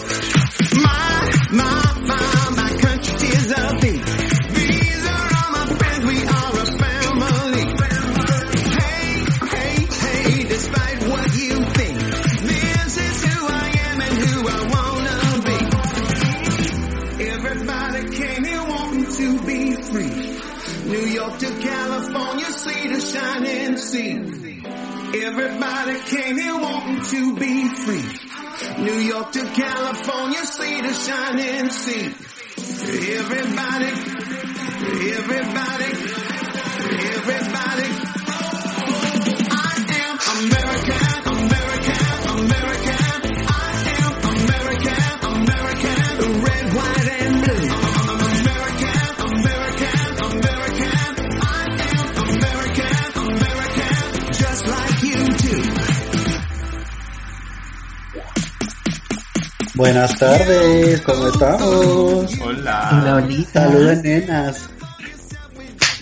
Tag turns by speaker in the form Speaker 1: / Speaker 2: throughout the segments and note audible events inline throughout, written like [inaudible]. Speaker 1: My, my, my, my country tears of thee. These are all my friends, we are a family. Hey, hey, hey, despite what you think, this is who I am and who I wanna be. Everybody came here wanting to be free. New York to California, sea to shining sea. Everybody came here wanting to be free. New York to California, sea to shining sea. Everybody, everybody, everybody. I am American, American, American. I am American, American. Red, white, and blue. American, American, American. I am American, American. Just like you too.
Speaker 2: Buenas tardes, ¿cómo estamos?
Speaker 3: Hola.
Speaker 2: Saludos, nenas.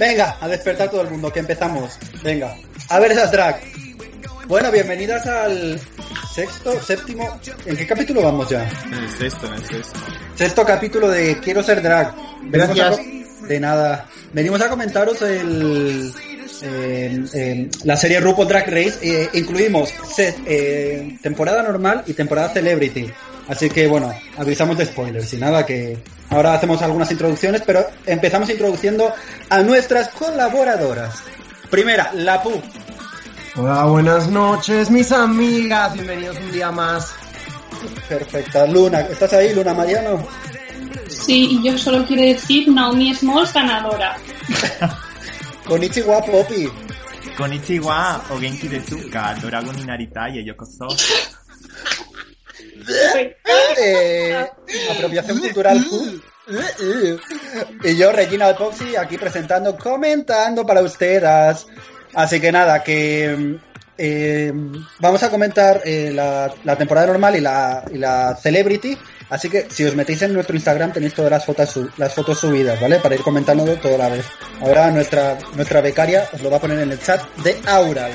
Speaker 2: Venga, a despertar todo el mundo, que empezamos. Venga, a ver esa track. Bueno, bienvenidas al sexto, séptimo. ¿En qué capítulo vamos ya?
Speaker 3: El sexto, el sexto.
Speaker 2: Sexto capítulo de Quiero ser drag. Venimos
Speaker 4: Gracias.
Speaker 2: a co- De nada. Venimos a comentaros el, eh, eh, la serie RuPaul Drag Race. Eh, incluimos se- eh, temporada normal y temporada Celebrity. Así que bueno, avisamos de spoilers y nada que ahora hacemos algunas introducciones, pero empezamos introduciendo a nuestras colaboradoras. Primera, la PU.
Speaker 4: Hola, buenas noches, mis amigas. Bienvenidos un día más.
Speaker 2: Perfecta. Luna, ¿estás ahí, Luna Mariano?
Speaker 5: Sí, y yo solo quiero decir Naomi Smalls ganadora.
Speaker 2: Konichiwa Poppy.
Speaker 3: Konnichiwa, o Genki de Tsuka, Dorago Ninarita y Yokoso.
Speaker 2: Eh, apropiación cultural Q. y yo Regina Epoxy aquí presentando comentando para ustedes así que nada que eh, vamos a comentar eh, la, la temporada normal y la, y la celebrity así que si os metéis en nuestro Instagram tenéis todas las fotos su- las fotos subidas vale para ir comentando toda la vez ahora nuestra nuestra becaria os lo va a poner en el chat de Aural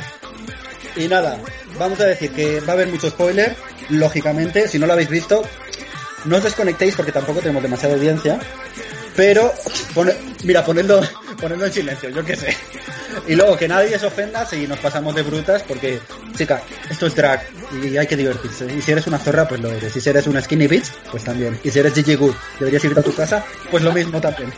Speaker 2: y nada, vamos a decir que va a haber mucho spoiler, lógicamente, si no lo habéis visto, no os desconectéis porque tampoco tenemos demasiada audiencia. Pero, pone- mira, ponedlo, [laughs] ponedlo en silencio, yo qué sé. Y luego que nadie se ofenda si nos pasamos de brutas porque, chica, esto es drag y hay que divertirse. Y si eres una zorra, pues lo eres. Y si eres una skinny bitch, pues también. Y si eres Gigi Good, deberías irte a tu casa, pues lo mismo también.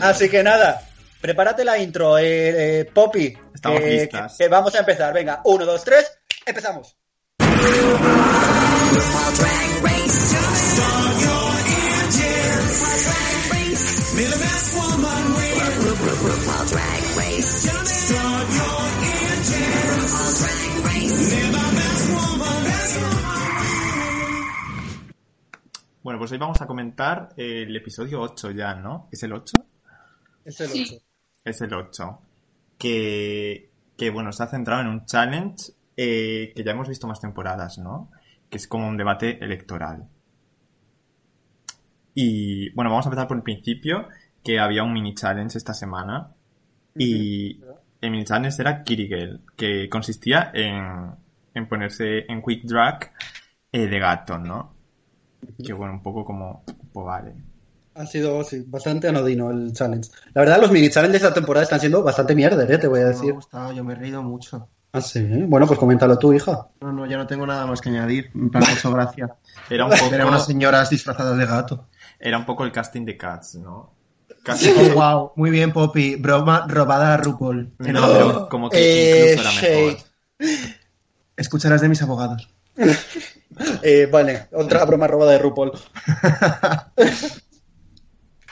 Speaker 2: Así que nada, prepárate la intro, eh, eh, Poppy.
Speaker 3: Estamos
Speaker 2: que-
Speaker 3: listas.
Speaker 2: que- que vamos a empezar. Venga, uno, dos, tres, empezamos.
Speaker 3: Bueno, pues hoy vamos a comentar el episodio 8 ya, ¿no? ¿Es el 8?
Speaker 2: Es el
Speaker 5: Sí.
Speaker 2: ocho.
Speaker 3: Es el 8. Que, que bueno, se ha centrado en un challenge eh, que ya hemos visto más temporadas, ¿no? Que es como un debate electoral. Y bueno, vamos a empezar por el principio, que había un mini challenge esta semana. Y el mini challenge era Kirigel, que consistía en, en ponerse en quick drag eh, de gato, ¿no? Que bueno, un poco como, pues vale.
Speaker 2: Ha sido sí, bastante anodino el challenge. La verdad, los mini challenges de esta temporada están siendo bastante mierder, ¿eh? te voy a
Speaker 4: Me ha
Speaker 2: decir.
Speaker 4: gustado, yo me he reído mucho.
Speaker 2: Ah, sí. Bueno, pues coméntalo tú, hija.
Speaker 4: No, no, ya no tengo nada más que añadir. Me ha hecho [laughs] gracia.
Speaker 3: Era un poco...
Speaker 4: Ver a unas señoras disfrazadas de gato.
Speaker 3: era un poco el casting de Cats, ¿no? Casi
Speaker 4: Oh, wow, muy bien, Poppy. Broma robada a RuPaul.
Speaker 3: No, pero como que
Speaker 2: Eh,
Speaker 3: incluso era mejor.
Speaker 4: Escucharás de mis abogados.
Speaker 2: [laughs] Eh, vale, otra broma robada de RuPaul.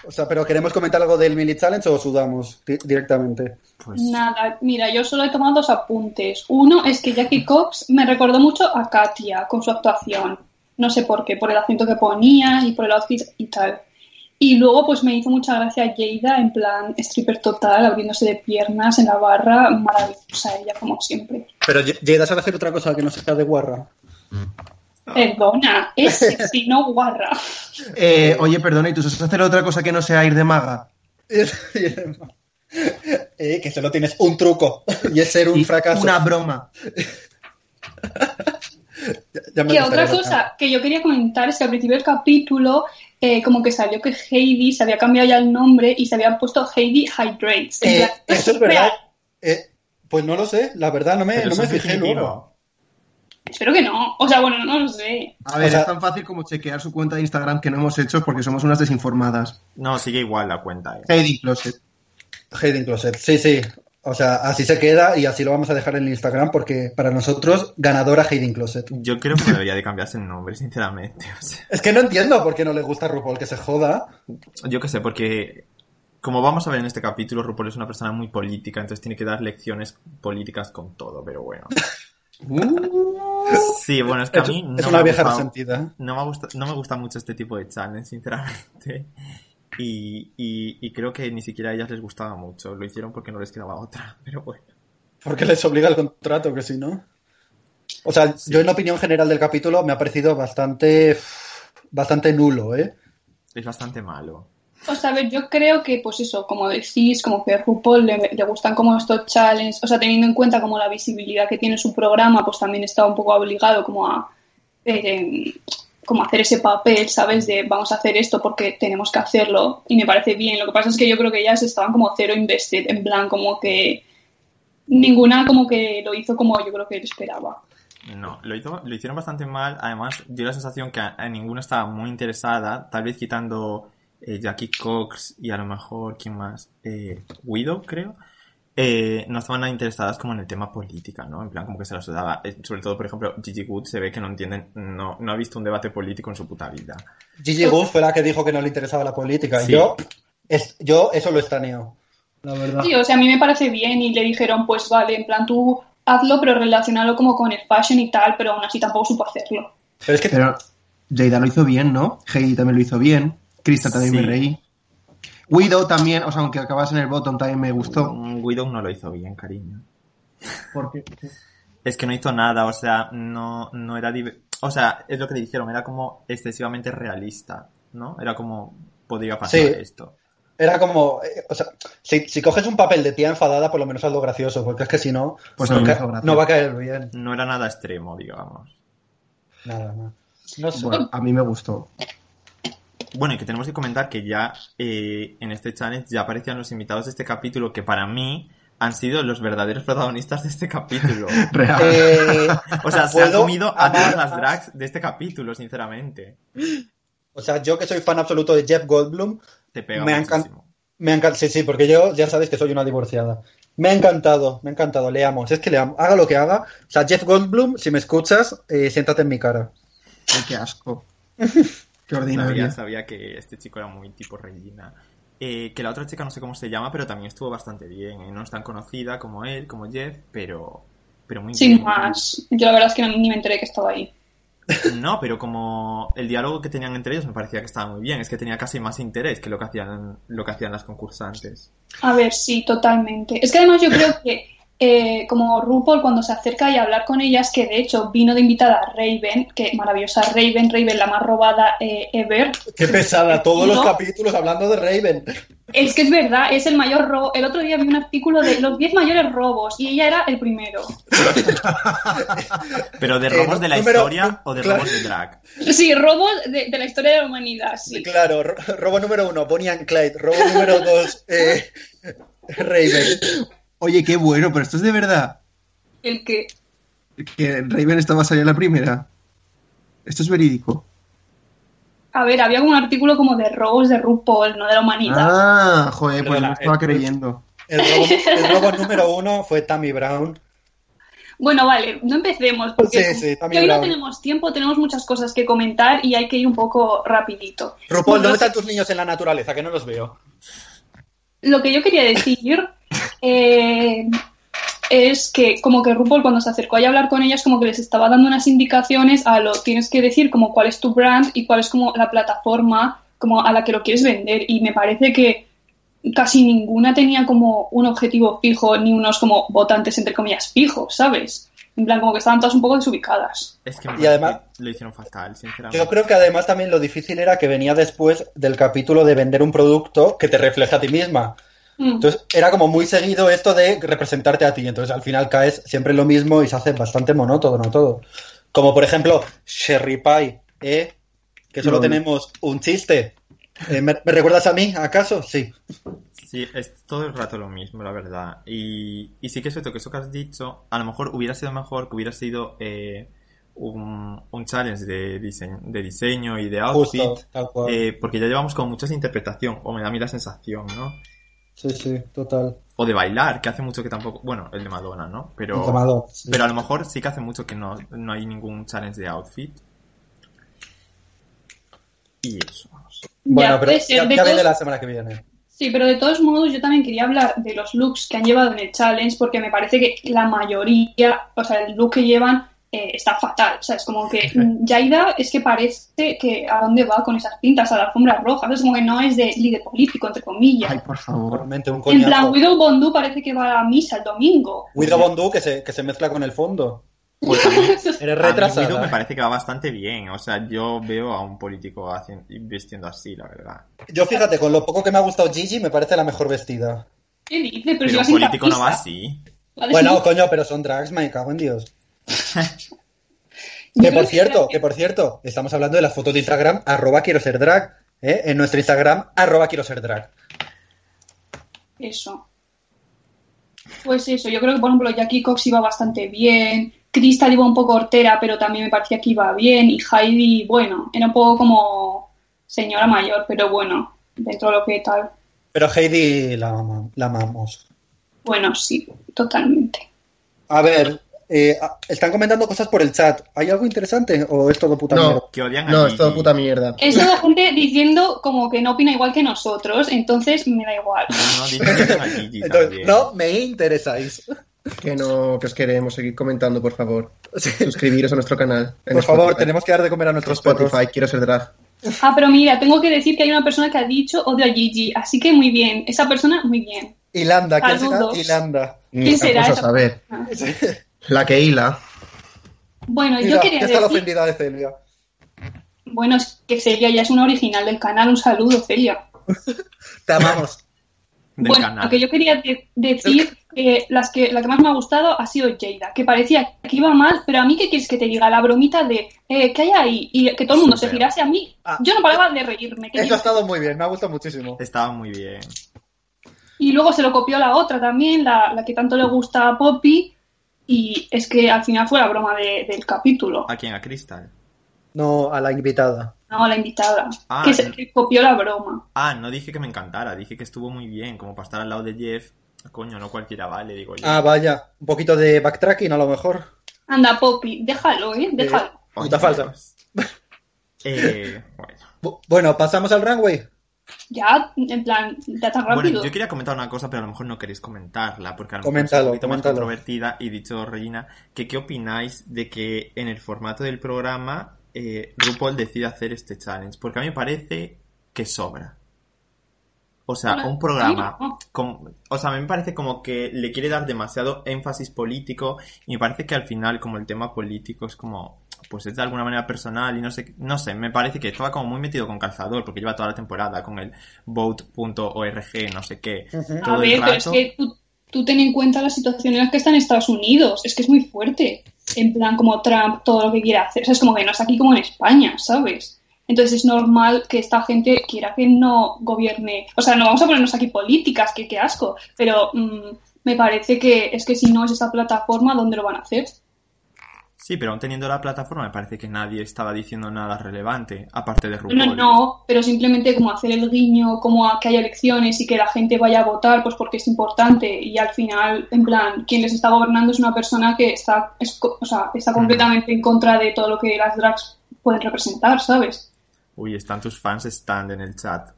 Speaker 2: O sea, pero ¿queremos comentar algo del Mini Challenge o sudamos di- directamente?
Speaker 3: Pues
Speaker 5: Nada, mira, yo solo he tomado dos apuntes. Uno es que Jackie Cox me recordó mucho a Katia con su actuación. No sé por qué, por el acento que ponía y por el outfit y tal. Y luego pues me hizo mucha gracia Jada en plan stripper total, abriéndose de piernas en la barra, maravillosa ella como siempre.
Speaker 2: Pero Ye- llegas a hacer otra cosa que no sea de guarra.
Speaker 5: Perdona, es sexy, no guarra.
Speaker 4: Eh, oye, perdona, ¿y tú sabes hacer otra cosa que no sea ir de maga?
Speaker 2: eh, que solo tienes un truco y es ser un
Speaker 4: Y
Speaker 2: fracaso.
Speaker 4: Una broma.
Speaker 2: Ya me
Speaker 5: Y
Speaker 2: gustaría
Speaker 5: otra
Speaker 2: sacar.
Speaker 5: cosa que yo quería comentar es que al principio del capítulo eh, como que salió que Heidi se había cambiado ya el nombre y se había puesto Heidi Hydrates. En
Speaker 2: Eh,
Speaker 5: plan,
Speaker 2: eso es verdad. Eh, pues no lo sé, la verdad, no me,
Speaker 3: pero
Speaker 2: no
Speaker 3: eso
Speaker 2: me
Speaker 3: es
Speaker 2: fijé
Speaker 3: definitivo.
Speaker 2: luego.
Speaker 5: Espero que no. O sea, bueno, no lo sé.
Speaker 4: A ver,
Speaker 2: O sea-
Speaker 4: es tan fácil como chequear su cuenta de Instagram que no hemos hecho porque somos unas desinformadas.
Speaker 3: No, sigue igual la cuenta. eh.
Speaker 4: Heidi Closet.
Speaker 2: Hayden Closet, sí, sí. O sea, así se queda y así lo vamos a dejar en el Instagram porque para nosotros, ganadora Hayden Closet.
Speaker 3: Yo creo que debería de cambiarse el nombre, sinceramente. [laughs] o sea,
Speaker 2: Es que no entiendo por qué no le gusta a RuPaul que se joda.
Speaker 3: yo qué sé, porque como vamos a ver en este capítulo, RuPaul es una persona muy política, entonces tiene que dar lecciones políticas con todo, pero bueno. Sí, bueno, es que Uh.
Speaker 2: [laughs]
Speaker 3: a
Speaker 2: Es,
Speaker 3: mí no
Speaker 2: es
Speaker 3: me
Speaker 2: una
Speaker 3: ha
Speaker 2: vieja
Speaker 3: gustado-
Speaker 2: resentida.
Speaker 3: no me, gusta, no me gusta mucho este tipo de challenge, sinceramente. [laughs] Y, y- y creo que ni siquiera a ellas les gustaba mucho. Lo hicieron porque no les quedaba otra, [laughs] pero bueno.
Speaker 2: Porque les obliga el contrato, que si no. O sea,
Speaker 3: Sí.
Speaker 2: yo en la opinión general del capítulo me ha parecido bastante. bastante nulo, ¿eh?
Speaker 3: Es bastante malo.
Speaker 5: O sea, a ver, yo creo que, pues eso, como decís, como que a RuPaul le, le gustan como estos challenges, o sea, teniendo en cuenta como la visibilidad que tiene su programa, pues también está un poco obligado como a eh, como hacer ese papel, ¿sabes? De vamos a hacer esto porque tenemos que hacerlo y me parece bien. Lo que pasa es que yo creo que ellas estaban como cero invested, en plan como que ninguna como que lo hizo como yo creo que esperaba.
Speaker 3: No, lo, hizo- lo hicieron bastante mal. Además, dio la sensación que a, a ninguna estaba muy interesada. Tal vez quitando eh, Jackie Cox y a lo mejor, ¿quién más? Eh, Guido, creo. Eh, no estaban nada interesadas como en el tema política, ¿no? En plan, como que se las daba. Eh, sobre todo, por ejemplo, Gigi Good se ve que no entienden, no, no ha visto un debate político en su puta vida.
Speaker 2: Gigi Gould fue la que dijo que no le interesaba la política.
Speaker 3: Sí.
Speaker 2: Yo, es- yo eso lo estaneo.
Speaker 4: La
Speaker 2: Ah.
Speaker 4: verdad.
Speaker 5: Sí, o sea, a mí me parece bien y le dijeron, pues vale, en plan tú hazlo, pero relacionalo como con el fashion y tal, pero aún así tampoco supo hacerlo.
Speaker 2: Pero es que
Speaker 4: Pero Jada lo hizo bien, ¿no? Heidi también lo hizo bien. Krista también
Speaker 3: Sí.
Speaker 4: me reí. Widow también, o sea, aunque acabas en el bottom, también me gustó.
Speaker 3: Mm, Widow no lo hizo bien, cariño.
Speaker 4: Porque...
Speaker 3: Es que no hizo nada, o sea, no, no era... div- O sea, es lo que le dijeron, era como excesivamente realista, ¿no? Era como, podría pasar
Speaker 2: Sí.
Speaker 3: esto.
Speaker 2: Era como, eh, o sea, si, si coges un papel de tía enfadada, por lo menos hazlo gracioso, porque es que si no,
Speaker 4: Pues
Speaker 2: no,
Speaker 4: no,
Speaker 2: ca-
Speaker 4: hizo gracia.
Speaker 2: no va a caer bien.
Speaker 3: No era nada extremo, digamos.
Speaker 2: Nada, no. No sé.
Speaker 4: Bueno, a mí me gustó.
Speaker 3: Bueno, y que tenemos que comentar que ya eh, en este challenge ya aparecían los invitados de este capítulo que para mí han sido los verdaderos protagonistas de
Speaker 2: [laughs]
Speaker 3: este capítulo.
Speaker 4: [laughs] Real.
Speaker 2: Eh,
Speaker 3: O sea, se han
Speaker 2: Puedo
Speaker 3: comido a todas
Speaker 2: amar-
Speaker 3: las drags de este capítulo, sinceramente.
Speaker 2: o sea, yo que soy fan absoluto de Jeff Goldblum,
Speaker 3: Te pega
Speaker 2: Me ha encan-
Speaker 3: muchísimo.
Speaker 2: me ha encantado. Sí, sí, porque yo ya sabéis que soy una divorciada. Me ha encantado, me ha encantado. Le amo. Si es que le amo. Haga lo que haga. O sea, Jeff Goldblum, si me escuchas, eh, siéntate en mi cara.
Speaker 4: Ay, qué asco. Qué
Speaker 3: Sabía,
Speaker 4: ordinaria.
Speaker 3: sabía que este chico era muy tipo Regina. Eh, que la otra chica no sé cómo se llama, pero también estuvo bastante bien. ¿eh? No es tan conocida como él, como Jeff, pero, pero muy
Speaker 5: Sin
Speaker 3: bien.
Speaker 5: más. Yo la verdad es que no- ni me enteré que estaba ahí.
Speaker 3: No, pero como el diálogo que tenían entre ellos me parecía que estaba muy bien. Es que tenía casi más interés que lo que hacían, lo que hacían las concursantes.
Speaker 5: A ver, sí, totalmente. Es que además yo creo que eh, como RuPaul cuando se acerca y a hablar con ellas, que de hecho vino de invitada a Raven, que maravillosa Raven, Raven la más robada eh, ever.
Speaker 2: Qué pesada, todos
Speaker 5: los
Speaker 2: los
Speaker 5: No.
Speaker 2: capítulos hablando de Raven.
Speaker 5: Es que es verdad, es el mayor robo. El otro día vi un artículo de los 10 mayores robos y ella era el primero.
Speaker 3: Pero de
Speaker 2: Eh,
Speaker 3: robos de la
Speaker 2: número-
Speaker 3: historia o de
Speaker 2: claro.
Speaker 3: robos de drag.
Speaker 5: Sí, robos de, de la historia de la humanidad, sí.
Speaker 2: Claro, ro- robo número uno, Bonnie and Clyde. Robo número dos, eh, Raven.
Speaker 4: Oye, qué bueno, pero esto es de verdad.
Speaker 5: El que
Speaker 4: Que Raven estaba saliendo la primera. Esto es verídico.
Speaker 5: A ver, había un artículo como de robos de RuPaul, no de la humanidad.
Speaker 4: Ah, joder, pues
Speaker 2: Perdona,
Speaker 4: no estaba
Speaker 2: eh,
Speaker 4: creyendo.
Speaker 2: El robo, el robo número uno fue Tammy Brown.
Speaker 5: Bueno, vale, no empecemos, porque
Speaker 2: Sí, sí, está
Speaker 5: que hoy no
Speaker 2: migrado.
Speaker 5: tenemos tiempo, tenemos muchas cosas que comentar y hay que ir un poco rapidito.
Speaker 2: RuPaul,
Speaker 5: Bueno,
Speaker 2: ¿dónde están tus niños en la naturaleza? Que no los veo.
Speaker 5: Lo que yo quería
Speaker 2: [laughs]
Speaker 5: decir eh, es que como que RuPaul cuando se acercó ahí a hablar con ellas como que les estaba dando unas indicaciones a lo tienes que decir como cuál es tu brand y cuál es como la plataforma como a la que lo quieres vender y me parece que casi ninguna tenía como un objetivo fijo ni unos como votantes entre comillas fijos, ¿sabes? En plan como que estaban todas un poco desubicadas.
Speaker 3: Es que me
Speaker 2: Y
Speaker 3: parece
Speaker 2: además-
Speaker 3: que lo hicieron fatal, sinceramente.
Speaker 2: Yo creo que además también lo difícil era que venía después del capítulo de vender un producto que te refleja a ti misma.
Speaker 5: Mm.
Speaker 2: Entonces era como muy seguido esto de representarte a ti. Entonces al final caes siempre en lo mismo y se hace bastante monótono todo. Como por ejemplo Sherry Pie, ¿eh? que solo
Speaker 4: Lol.
Speaker 2: tenemos un chiste. Eh, ¿me, me recuerdas a mí, acaso? Sí.
Speaker 3: Sí, es todo el rato lo mismo, la verdad. Y, y sí que es cierto que eso que has dicho, a lo mejor hubiera sido mejor que hubiera sido eh, un, un challenge de diseño, de diseño y de outfit.
Speaker 2: Justo, tal cual.
Speaker 3: Ah, eh, porque ya llevamos como muchas interpretación, o me da a mí la sensación, ¿no?
Speaker 2: Sí, sí, total.
Speaker 3: O de bailar, que hace mucho que tampoco. Bueno, el de Madonna, ¿no? Pero,
Speaker 2: Tomador, sí.
Speaker 3: pero a lo mejor sí que hace mucho que no, no hay ningún challenge de outfit. Y eso.
Speaker 2: Bueno,
Speaker 5: Ya,
Speaker 2: pero
Speaker 5: puede ser,
Speaker 2: ya,
Speaker 5: de
Speaker 2: ya viene
Speaker 5: todos-
Speaker 2: la semana que viene.
Speaker 5: Sí, pero de todos modos yo también quería hablar de los looks que han llevado en el challenge porque me parece que la mayoría, o sea, el look que llevan eh, está fatal. O sea, es como que mm, Yaida es que parece que a dónde va con esas pintas a la alfombra roja. ¿sabes? Es como que no es de líder político, entre comillas.
Speaker 4: Ay, por favor.
Speaker 2: Realmente un
Speaker 5: en plan,
Speaker 2: coñazo.
Speaker 5: Widow Bondú parece que va a misa el domingo. [laughs]
Speaker 2: Widow Bondu que se, que se mezcla con el fondo.
Speaker 3: Pues a mí-
Speaker 2: Eres
Speaker 3: A mí Guido
Speaker 2: retrasada.
Speaker 3: me parece que va bastante bien. O sea, yo veo a un político hacien- vistiendo así, la verdad.
Speaker 2: Yo fíjate, con lo poco que me ha gustado Gigi, me parece la mejor vestida.
Speaker 5: ¿Qué dice? Pero, si
Speaker 3: Pero,
Speaker 5: va
Speaker 3: un
Speaker 5: sin
Speaker 3: político no va
Speaker 5: camisa,
Speaker 3: así.
Speaker 5: va de
Speaker 2: Bueno,
Speaker 5: [laughs] sin-
Speaker 2: coño, pero son drags, me cago en Dios.
Speaker 5: Yo
Speaker 2: Que
Speaker 5: creo
Speaker 2: por cierto,
Speaker 5: que-
Speaker 2: que por cierto, estamos hablando de las fotos de Instagram, arroba quiero ser drag. ¿eh? En nuestro Instagram, arroba quiero ser drag.
Speaker 5: Eso. Pues eso, yo creo que por ejemplo Jackie Cox iba bastante bien, Crystal iba un poco hortera, pero también me parecía que iba bien, y Heidi, bueno, era un poco como señora mayor, pero bueno, dentro de lo que tal.
Speaker 2: Pero Heidi la, ama- la amamos.
Speaker 5: Bueno, sí, totalmente.
Speaker 2: A ver, eh, a- están comentando cosas por el chat. ¿Hay algo interesante o es todo puta mierda?
Speaker 4: No,
Speaker 3: Que odian a
Speaker 4: no,
Speaker 3: Gigi.
Speaker 4: es todo puta mierda.
Speaker 5: Es toda gente diciendo como que no opina igual que nosotros, entonces me da igual.
Speaker 3: No, no, dicen que odian a Gigi
Speaker 2: Entonces,
Speaker 3: también.
Speaker 2: no me interesáis. [laughs]
Speaker 4: Que no, que os queremos seguir comentando, por [laughs] favor. Suscribiros a nuestro canal. En
Speaker 2: Por favor,
Speaker 4: Spotify.
Speaker 2: tenemos que dar de comer a nuestros perros.
Speaker 4: Spotify, quiero ser drag.
Speaker 5: Ah, pero mira, tengo que decir que hay una persona que ha dicho odio a Gigi, así que muy bien, esa persona muy bien.
Speaker 2: Hilanda, ¿quién será?
Speaker 5: Saludos.
Speaker 2: Hilanda.
Speaker 4: Y
Speaker 5: ¿Quién será
Speaker 4: vamos a
Speaker 5: esa
Speaker 4: saber.
Speaker 5: persona?
Speaker 4: La que hila.
Speaker 5: Bueno, yo
Speaker 2: Mira,
Speaker 5: quería
Speaker 2: ya está la
Speaker 5: decir-
Speaker 2: ofendida de Celia.
Speaker 5: Bueno, es que Celia ya es una original del canal. Un saludo, Celia.
Speaker 2: Te amamos.
Speaker 3: Del
Speaker 5: bueno,
Speaker 3: canal.
Speaker 5: lo que yo quería de- decir que las que la que más me ha gustado ha sido Jada, que parecía que iba mal, pero a mí qué quieres que te diga la bromita de eh, ¿qué hay ahí? Y que todo el mundo se
Speaker 3: Súper.
Speaker 5: girase a mí.
Speaker 2: Ah.
Speaker 5: Yo no paraba de reírme. que
Speaker 2: Eso
Speaker 5: [laughs] yo-
Speaker 2: ha estado muy bien, me ha gustado muchísimo.
Speaker 3: Estaba muy bien.
Speaker 5: Y luego se lo copió la otra también, la, la que tanto le gusta a Poppy. Y es que al final fue la broma de- del capítulo,
Speaker 3: ¿A quién? ¿A Crystal?
Speaker 2: No, a la invitada.
Speaker 5: no la invitada,
Speaker 3: Ah,
Speaker 5: que, se,
Speaker 3: no.
Speaker 5: que copió la broma.
Speaker 3: Ah, no dije que me encantara. Dije que estuvo muy bien. Como para estar al lado de Jeff. Coño, no cualquiera vale, digo yo.
Speaker 2: Ah, vaya, un poquito de backtracking a lo mejor.
Speaker 5: Anda, Poppy, déjalo, ¿eh? Déjalo.
Speaker 3: Ay,
Speaker 2: puta falsa.
Speaker 3: Dios. pues. Eh, [laughs] bueno.
Speaker 2: Bu- bueno, pasamos al runway.
Speaker 5: Ya, en plan, ya tan rápido.
Speaker 3: Bueno, yo quería comentar una cosa, pero a lo mejor no queréis comentarla, porque a lo
Speaker 2: Coméntalo,
Speaker 3: mejor es un poquito
Speaker 2: coméntalo.
Speaker 3: más controvertida. Y dicho, Regina, que qué opináis de que en el formato del programa eh, RuPaul decida hacer este challenge, porque a mí me parece que sobra. O sea,
Speaker 5: Hola.
Speaker 3: un programa,
Speaker 5: Ay, no.
Speaker 3: con- o sea, a mí me parece como que le quiere dar demasiado énfasis político y me parece que al final como el tema político es como, pues es de alguna manera personal y no sé, no sé, me parece que estaba como muy metido con calzador porque lleva toda la temporada con el vote.org, no sé qué, todo
Speaker 5: A ver,
Speaker 3: el
Speaker 5: pero es
Speaker 3: rato.
Speaker 5: que tú, tú ten en cuenta la situación en la que está en Estados Unidos. Es que es muy fuerte. En plan, como Trump, todo lo que quiera hacer. O sea, es como que no es aquí como en España, ¿sabes? Entonces es normal que esta gente quiera que no gobierne. O sea, no vamos a ponernos aquí políticas, que qué asco. Pero mm, me parece que es que si no es esta plataforma, ¿dónde lo van a hacer?
Speaker 3: Sí, pero aún teniendo la plataforma me parece que nadie estaba diciendo nada relevante, aparte de RuPaul.
Speaker 5: No, no, pero simplemente como hacer el guiño, como a que haya elecciones y que la gente vaya a votar, pues porque es importante y al final, en plan, quien les está gobernando es una persona que está, es co- o sea, está completamente en contra de todo lo que las drags pueden representar, ¿sabes?
Speaker 3: Uy, están tus fans stand en el chat.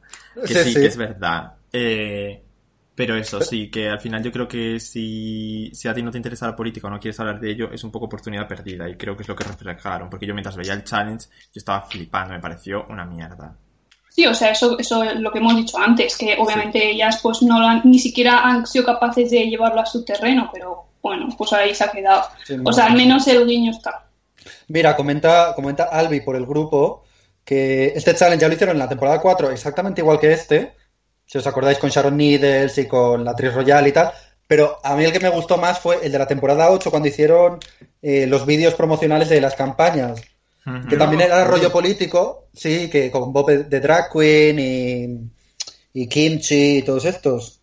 Speaker 3: Que
Speaker 2: Sí,
Speaker 3: sí,
Speaker 2: sí.
Speaker 3: que es verdad. Eh, pero eso, sí, que al final yo creo que si, si a ti no te interesa la política o no quieres hablar de ello, es un poco oportunidad perdida. Y creo que es lo que reflejaron. Porque yo mientras veía el challenge, yo estaba flipando, me pareció una mierda.
Speaker 5: Sí, o sea, eso, eso es lo que hemos dicho antes, que obviamente ellas pues no lo han- ni siquiera han sido capaces de llevarlo a su terreno, pero bueno, pues ahí se ha quedado.
Speaker 2: Sí,
Speaker 5: O
Speaker 2: no.
Speaker 5: sea, al menos el guiño está.
Speaker 2: Mira, comenta, comenta Albi por el grupo que este challenge ya lo hicieron en la temporada 4, exactamente igual que este, si os acordáis con Sharon Needles y con la Tris Royal y tal, pero a mí el que me gustó más fue el de la temporada 8 cuando hicieron eh, los vídeos promocionales de las campañas, que también era rollo político, sí, que con Bob de Drag Queen y, y Kimchi y todos estos.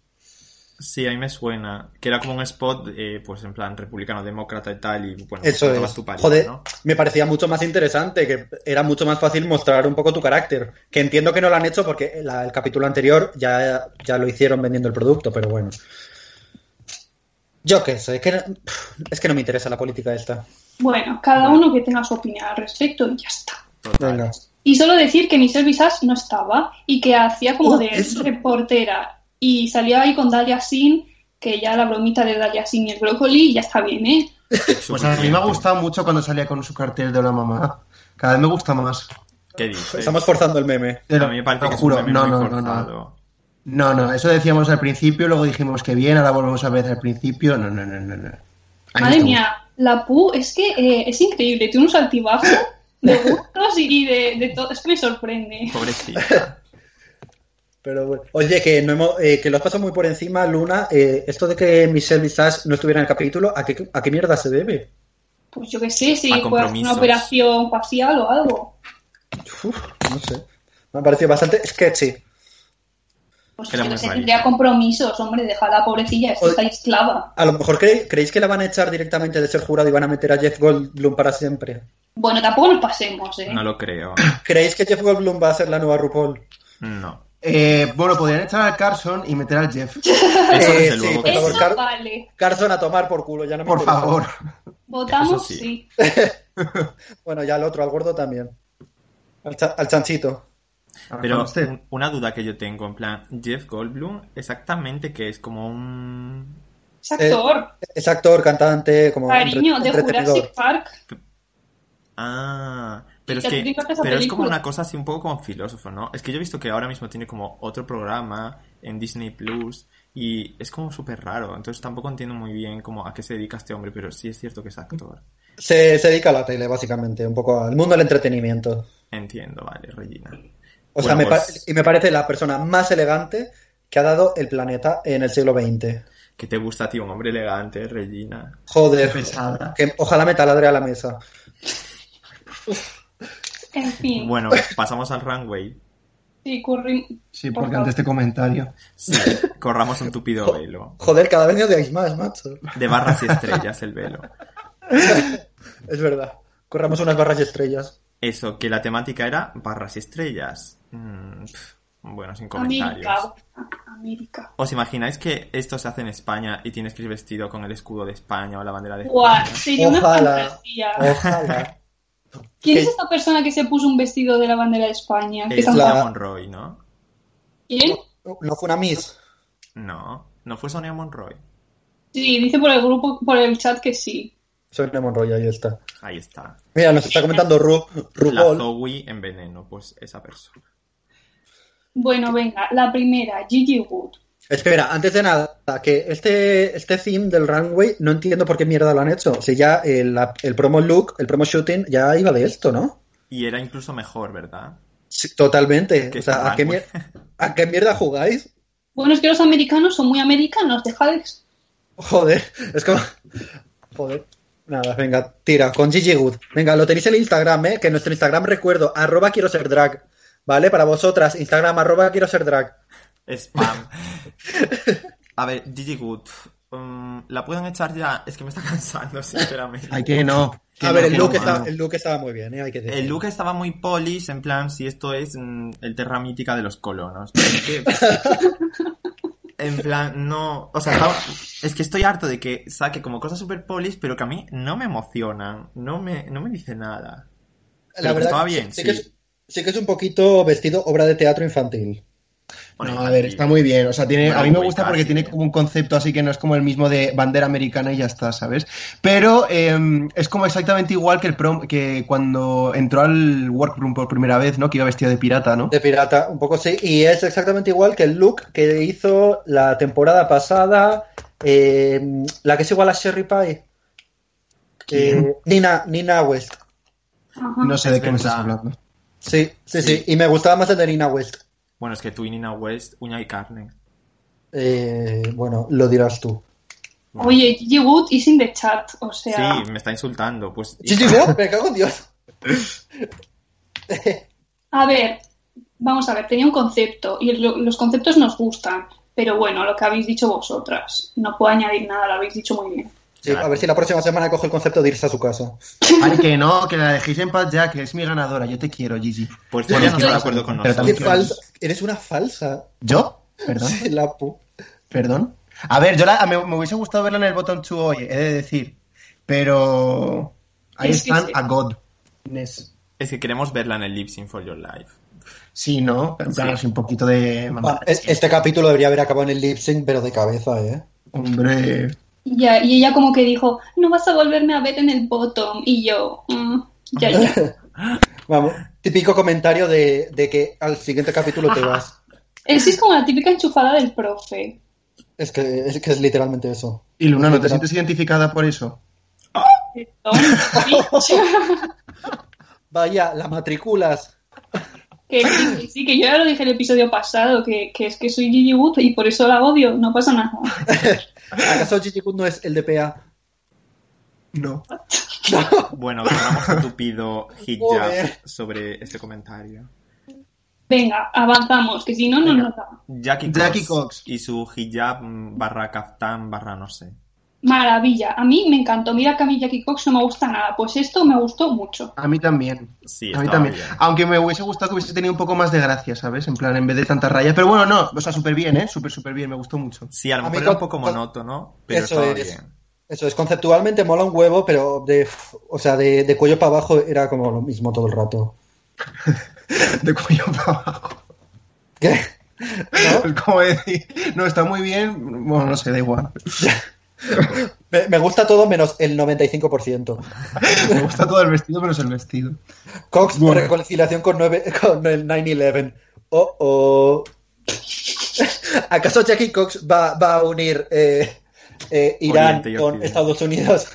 Speaker 3: Sí, a mí me suena. Que era como un spot, eh, pues en plan republicano, demócrata y tal. Y bueno, pues
Speaker 2: Eso
Speaker 3: contabas
Speaker 2: es.
Speaker 3: tu país,
Speaker 2: Joder,
Speaker 3: ¿no?
Speaker 2: me parecía mucho más interesante, que era mucho más fácil mostrar un poco tu carácter. Que entiendo que no lo han hecho porque la- el capítulo anterior ya, ya lo hicieron vendiendo el producto, pero bueno. Yo qué sé, es que, no- es que no me interesa la política esta.
Speaker 5: Bueno, cada uno que tenga su opinión al respecto y ya está.
Speaker 3: Total.
Speaker 2: Venga.
Speaker 5: Y solo decir que Michelle Visage no estaba y que hacía como
Speaker 2: Oh,
Speaker 5: de
Speaker 2: eso.
Speaker 5: reportera y salía ahí con Dalia Sin, que ya la bromita de Dalia Sin y el brócoli ya está bien, ¿eh?
Speaker 4: Pues a mí me ha gustado mucho cuando salía con su cartel de la mamá. Cada vez me gusta más.
Speaker 3: ¿Qué dices?
Speaker 2: Estamos forzando el meme.
Speaker 4: Te
Speaker 3: A
Speaker 4: lo-
Speaker 3: mí me parece
Speaker 4: lo
Speaker 3: que es
Speaker 4: juro.
Speaker 3: un meme
Speaker 4: no,
Speaker 3: muy
Speaker 4: no, no,
Speaker 3: forzado.
Speaker 4: no. No, no, eso decíamos al principio, luego dijimos que bien, ahora volvemos a ver al principio. No, no, no, no. no. Ahí
Speaker 5: Madre
Speaker 4: estamos.
Speaker 5: mía, la Pu es que eh, es increíble, tiene unos altibajos de gustos y de, de todo, es que me sorprende.
Speaker 2: [laughs]
Speaker 3: Pobrecita.
Speaker 2: Pero bueno. Oye, que no hemos, eh, que lo has pasado muy por encima, Luna. eh, esto de que Michelle Visage no estuviera en el capítulo, ¿a qué, a qué mierda se debe?
Speaker 5: Pues yo qué sé, si
Speaker 3: A
Speaker 5: fue una
Speaker 3: compromisos.
Speaker 5: operación facial o algo.
Speaker 2: Uf, no sé. Me ha parecido bastante sketchy.
Speaker 5: Pues
Speaker 3: Era
Speaker 5: yo
Speaker 3: muy
Speaker 5: qué sé,
Speaker 3: rarita.
Speaker 5: tendría compromisos, hombre, deja la pobrecilla, es que
Speaker 2: Oye.
Speaker 5: está esclava.
Speaker 2: A lo mejor cre- creéis que la van a echar directamente de ser jurado y van a meter a Jeff Goldblum para siempre.
Speaker 5: Bueno, tampoco nos pasemos, ¿eh?
Speaker 3: No lo creo.
Speaker 2: ¿Creéis que Jeff Goldblum va a ser la nueva RuPaul?
Speaker 3: No.
Speaker 2: [laughs]
Speaker 4: Eh, bueno, podrían echar al Carson y meter al Jeff.
Speaker 3: Eso
Speaker 2: Eh,
Speaker 3: desde
Speaker 2: sí,
Speaker 3: luego
Speaker 2: por
Speaker 3: que
Speaker 5: Eso
Speaker 2: favor, Car-
Speaker 5: vale,
Speaker 2: Carson a tomar por culo, ya no me
Speaker 4: Por
Speaker 2: interesa.
Speaker 4: favor.
Speaker 5: votamos
Speaker 3: Eso sí.
Speaker 5: sí.
Speaker 2: Bueno, ya al otro, al gordo también. Al, cha- al chanchito.
Speaker 3: Pero
Speaker 4: Usted.
Speaker 3: un- una duda que yo tengo, en plan, Jeff Goldblum, exactamente que es como un...
Speaker 5: Es actor,
Speaker 2: Es actor, cantante, como
Speaker 5: cariño,
Speaker 2: entre-
Speaker 5: de Jurassic Park.
Speaker 3: Ah, pero es
Speaker 5: Que
Speaker 3: que
Speaker 5: tengo que esa
Speaker 3: pero es
Speaker 5: película.
Speaker 3: como una cosa así un poco como filósofo, ¿no? Es que yo he visto que ahora mismo tiene como otro programa en Disney Plus y es como súper raro, entonces tampoco entiendo muy bien como a qué se dedica este hombre, pero sí es cierto que es actor.
Speaker 2: Se, se dedica a la tele, básicamente, un poco al mundo del entretenimiento.
Speaker 3: Entiendo, vale, Regina.
Speaker 2: O sea,
Speaker 3: Bueno,
Speaker 2: me pa-
Speaker 3: pues-
Speaker 2: y me parece la persona más elegante que ha dado el planeta en el siglo XX.
Speaker 3: Que te gusta a ti un hombre elegante, Regina.
Speaker 2: Joder,
Speaker 4: pesada.
Speaker 2: que ojalá me taladre a la mesa.
Speaker 5: En fin,
Speaker 3: Bueno, pasamos al runway.
Speaker 5: sí, curri-
Speaker 4: Sí,
Speaker 5: Por
Speaker 4: porque
Speaker 5: favor.
Speaker 4: ante este comentario.
Speaker 3: Sí, corramos un tupido velo.
Speaker 2: Joder, cada vez me odiáis más, macho.
Speaker 3: De barras y estrellas el velo.
Speaker 2: Es verdad. Corramos unas barras y estrellas.
Speaker 3: Eso, que la temática era barras y estrellas. Mm, pf, bueno, sin comentarios.
Speaker 5: América. América.
Speaker 3: ¿Os imagináis que esto se hace en España y tienes que ir vestido con el escudo de España o la bandera de
Speaker 5: Guau,
Speaker 3: España?
Speaker 5: sería una
Speaker 2: Ojalá.
Speaker 5: fantasía.
Speaker 3: [laughs]
Speaker 2: Ojalá.
Speaker 5: ¿Quién es
Speaker 2: que-
Speaker 5: esta persona que se puso un vestido de la bandera de España? ¿Qué
Speaker 3: Es
Speaker 5: tan-
Speaker 2: la-
Speaker 3: Sonia Monroy, ¿no?
Speaker 5: ¿Quién?
Speaker 2: No fue una miss.
Speaker 3: No, no fue Sonia Monroy.
Speaker 5: Sí, dice por el grupo, por el chat que sí.
Speaker 2: Soy Nemo Monroy, ahí está.
Speaker 3: Ahí está.
Speaker 2: Mira, nos está comentando Ru,
Speaker 3: La
Speaker 2: RuPaul.
Speaker 3: Zoe en veneno, pues esa persona.
Speaker 5: Bueno, venga, la primera, Gigi Wood.
Speaker 2: Espera, antes de nada, que este, este theme del runway no entiendo por qué mierda lo han hecho. Si ya el, la- el promo look, el promo shooting, ya iba de esto, ¿no?
Speaker 3: Y era incluso mejor, ¿verdad?
Speaker 2: Sí, totalmente.
Speaker 3: Que
Speaker 2: O sea, ¿a qué,
Speaker 3: runway.
Speaker 2: mier- ¿a qué mierda jugáis?
Speaker 5: Bueno, es que los americanos son muy americanos, deja de...
Speaker 2: Joder, es como. Joder. Nada, venga, tira, con Gigi Good. Venga, lo tenéis en Instagram, ¿eh? Que en nuestro Instagram recuerdo, arroba quiero ser drag. ¿Vale? Para vosotras, Instagram, arroba quiero ser drag.
Speaker 3: Spam. A ver, Gigi Good, mm, la pueden echar ya. Es que me está [laughs] cansando, sinceramente.
Speaker 4: Ay, que no. que
Speaker 2: A
Speaker 4: no,
Speaker 2: ver, el
Speaker 4: que
Speaker 2: look,
Speaker 4: no,
Speaker 2: estaba,
Speaker 4: no.
Speaker 2: el look estaba muy bien, ¿eh? hay que decir.
Speaker 3: El look estaba muy polis, en plan, si esto es mm, el terra mítica de
Speaker 4: [laughs]
Speaker 3: los colonos. Es que- en plan, no. O sea, estaba- es que estoy harto de que saque como cosas super polis, pero que a mí no me emocionan, no me, no me dice nada. pero que estaba
Speaker 2: que
Speaker 3: bien,
Speaker 2: que
Speaker 3: sí.
Speaker 2: es, sí que es un poquito vestido obra de teatro infantil.
Speaker 4: No, a ver, está muy bien. O sea, tiene,
Speaker 3: Bueno,
Speaker 4: a mí me
Speaker 3: muy
Speaker 4: gusta porque
Speaker 3: casi,
Speaker 4: tiene
Speaker 3: eh.
Speaker 4: como un concepto así que no es como el mismo de bandera americana y ya está, ¿sabes? Pero eh, es como exactamente igual que el prom- que cuando entró al workroom por primera vez, ¿no? Que iba vestido de pirata, ¿no?
Speaker 2: De pirata, un poco sí. Y es exactamente igual que el look que hizo la temporada pasada, eh, la que es igual a Sherry Pie. Eh, Nina, Nina West.
Speaker 5: Ajá.
Speaker 4: No sé de
Speaker 3: Es
Speaker 4: qué me estás
Speaker 3: verdad.
Speaker 4: hablando.
Speaker 2: Sí, sí, sí,
Speaker 3: Sí.
Speaker 2: Y me gustaba más el de Nina West.
Speaker 3: Bueno, es que tú y Nina West, uña y carne.
Speaker 2: Eh, bueno, lo dirás tú.
Speaker 3: Bueno,
Speaker 5: Oye, Gigi Wood is in the chat, o sea...
Speaker 3: Sí, me está insultando. Pues.
Speaker 2: Gigi Wood, [laughs] me cago en Dios.
Speaker 5: A ver, vamos a ver, tenía un concepto y lo- los conceptos nos gustan, pero bueno, lo que habéis dicho vosotras. No puedo añadir nada, lo habéis dicho muy bien.
Speaker 2: Sí, a ver si la próxima semana coge el concepto de irse a su casa.
Speaker 4: Ay, que no, que la dejéis en paz ya, que es mi ganadora. Yo te quiero, Gigi.
Speaker 3: Pues ya no está de
Speaker 4: Pero
Speaker 3: acuerdo con
Speaker 4: también
Speaker 2: Qué
Speaker 3: nosotros.
Speaker 4: quiero-
Speaker 2: falsa. Eres una falsa.
Speaker 4: ¿Yo? Perdón.
Speaker 2: Sí, la pu-
Speaker 4: Perdón. A ver, yo la- me, me hubiese gustado verla en el botón 2 hoy, he de decir. Pero ahí
Speaker 5: Es que
Speaker 4: están
Speaker 5: sí.
Speaker 4: a God.
Speaker 3: Es que queremos verla en el Lip Sync for Your Life.
Speaker 4: Sí, ¿no? En plan,
Speaker 3: Sí.
Speaker 4: así un poquito de...
Speaker 2: Bueno, es- Este capítulo debería haber acabado en el lip sync, pero de cabeza, ¿eh?
Speaker 4: Hombre...
Speaker 5: Y, ya- y ella como que dijo, no vas a volverme a ver en el bottom. Y yo, "Mm, ya,
Speaker 2: [laughs]
Speaker 5: ya.
Speaker 2: Vamos, típico comentario de, de que al siguiente capítulo te vas.
Speaker 5: Es que es como la típica enchufada del profe.
Speaker 2: Es que es, que es literalmente eso.
Speaker 4: Y Luna, ¿no te
Speaker 2: Literal.
Speaker 4: sientes identificada por eso?
Speaker 5: Perdón, bitch.
Speaker 2: Vaya, la matriculas.
Speaker 5: que, que sí, que yo ya lo dije el episodio pasado, que, que es que soy Gigi Wood y por eso la odio, no pasa nada.
Speaker 2: ¿Acaso Gigi Good no es el DPA?
Speaker 4: No.
Speaker 3: Bueno, cerramos un tupido hit
Speaker 2: Joder.
Speaker 3: ya sobre este comentario.
Speaker 5: Venga, avanzamos, que si no, no
Speaker 3: Venga.
Speaker 5: nos da.
Speaker 3: Jackie,
Speaker 4: Jackie Cox.
Speaker 3: Cox, y su hijab mm, barra kaftán barra no sé.
Speaker 5: Maravilla, a mí me encantó. Mira que a mí Jackie Cox no me gusta nada, pues esto me gustó mucho.
Speaker 4: A mí también.
Speaker 3: Sí,
Speaker 4: a mí
Speaker 3: estaba
Speaker 4: también.
Speaker 3: bien.
Speaker 4: Aunque me hubiese gustado que hubiese tenido un poco más de gracia, ¿sabes? En plan, en vez de tantas rayas. Pero bueno, no. O sea, súper bien, ¿eh? Súper, súper bien. Me gustó mucho.
Speaker 3: Sí, a lo
Speaker 2: A mí
Speaker 3: mejor era un
Speaker 2: con-
Speaker 3: poco
Speaker 2: con-
Speaker 3: monótono, pero
Speaker 2: Eso
Speaker 3: estaba
Speaker 2: es.
Speaker 3: bien.
Speaker 2: Eso es, conceptualmente mola un huevo, pero de, o sea, de, de cuello para abajo era como lo mismo todo el rato.
Speaker 4: [laughs]
Speaker 2: [laughs]
Speaker 4: De cuello para abajo.
Speaker 2: ¿Qué? ¿No?
Speaker 4: Es [laughs] como decir... No, está muy bien. Bueno, no sé, da igual.
Speaker 2: Me, me gusta todo menos el 95%.
Speaker 4: Me gusta todo el vestido menos el vestido.
Speaker 2: Cox,
Speaker 4: Bueno.
Speaker 2: reconciliación con, nueve- [laughs] con el 9-11. Oh, oh. [laughs] ¿Acaso Jackie Cox va, va a unir eh, eh, Irán
Speaker 3: Oriente y
Speaker 2: con
Speaker 3: Occidente.
Speaker 2: Estados Unidos?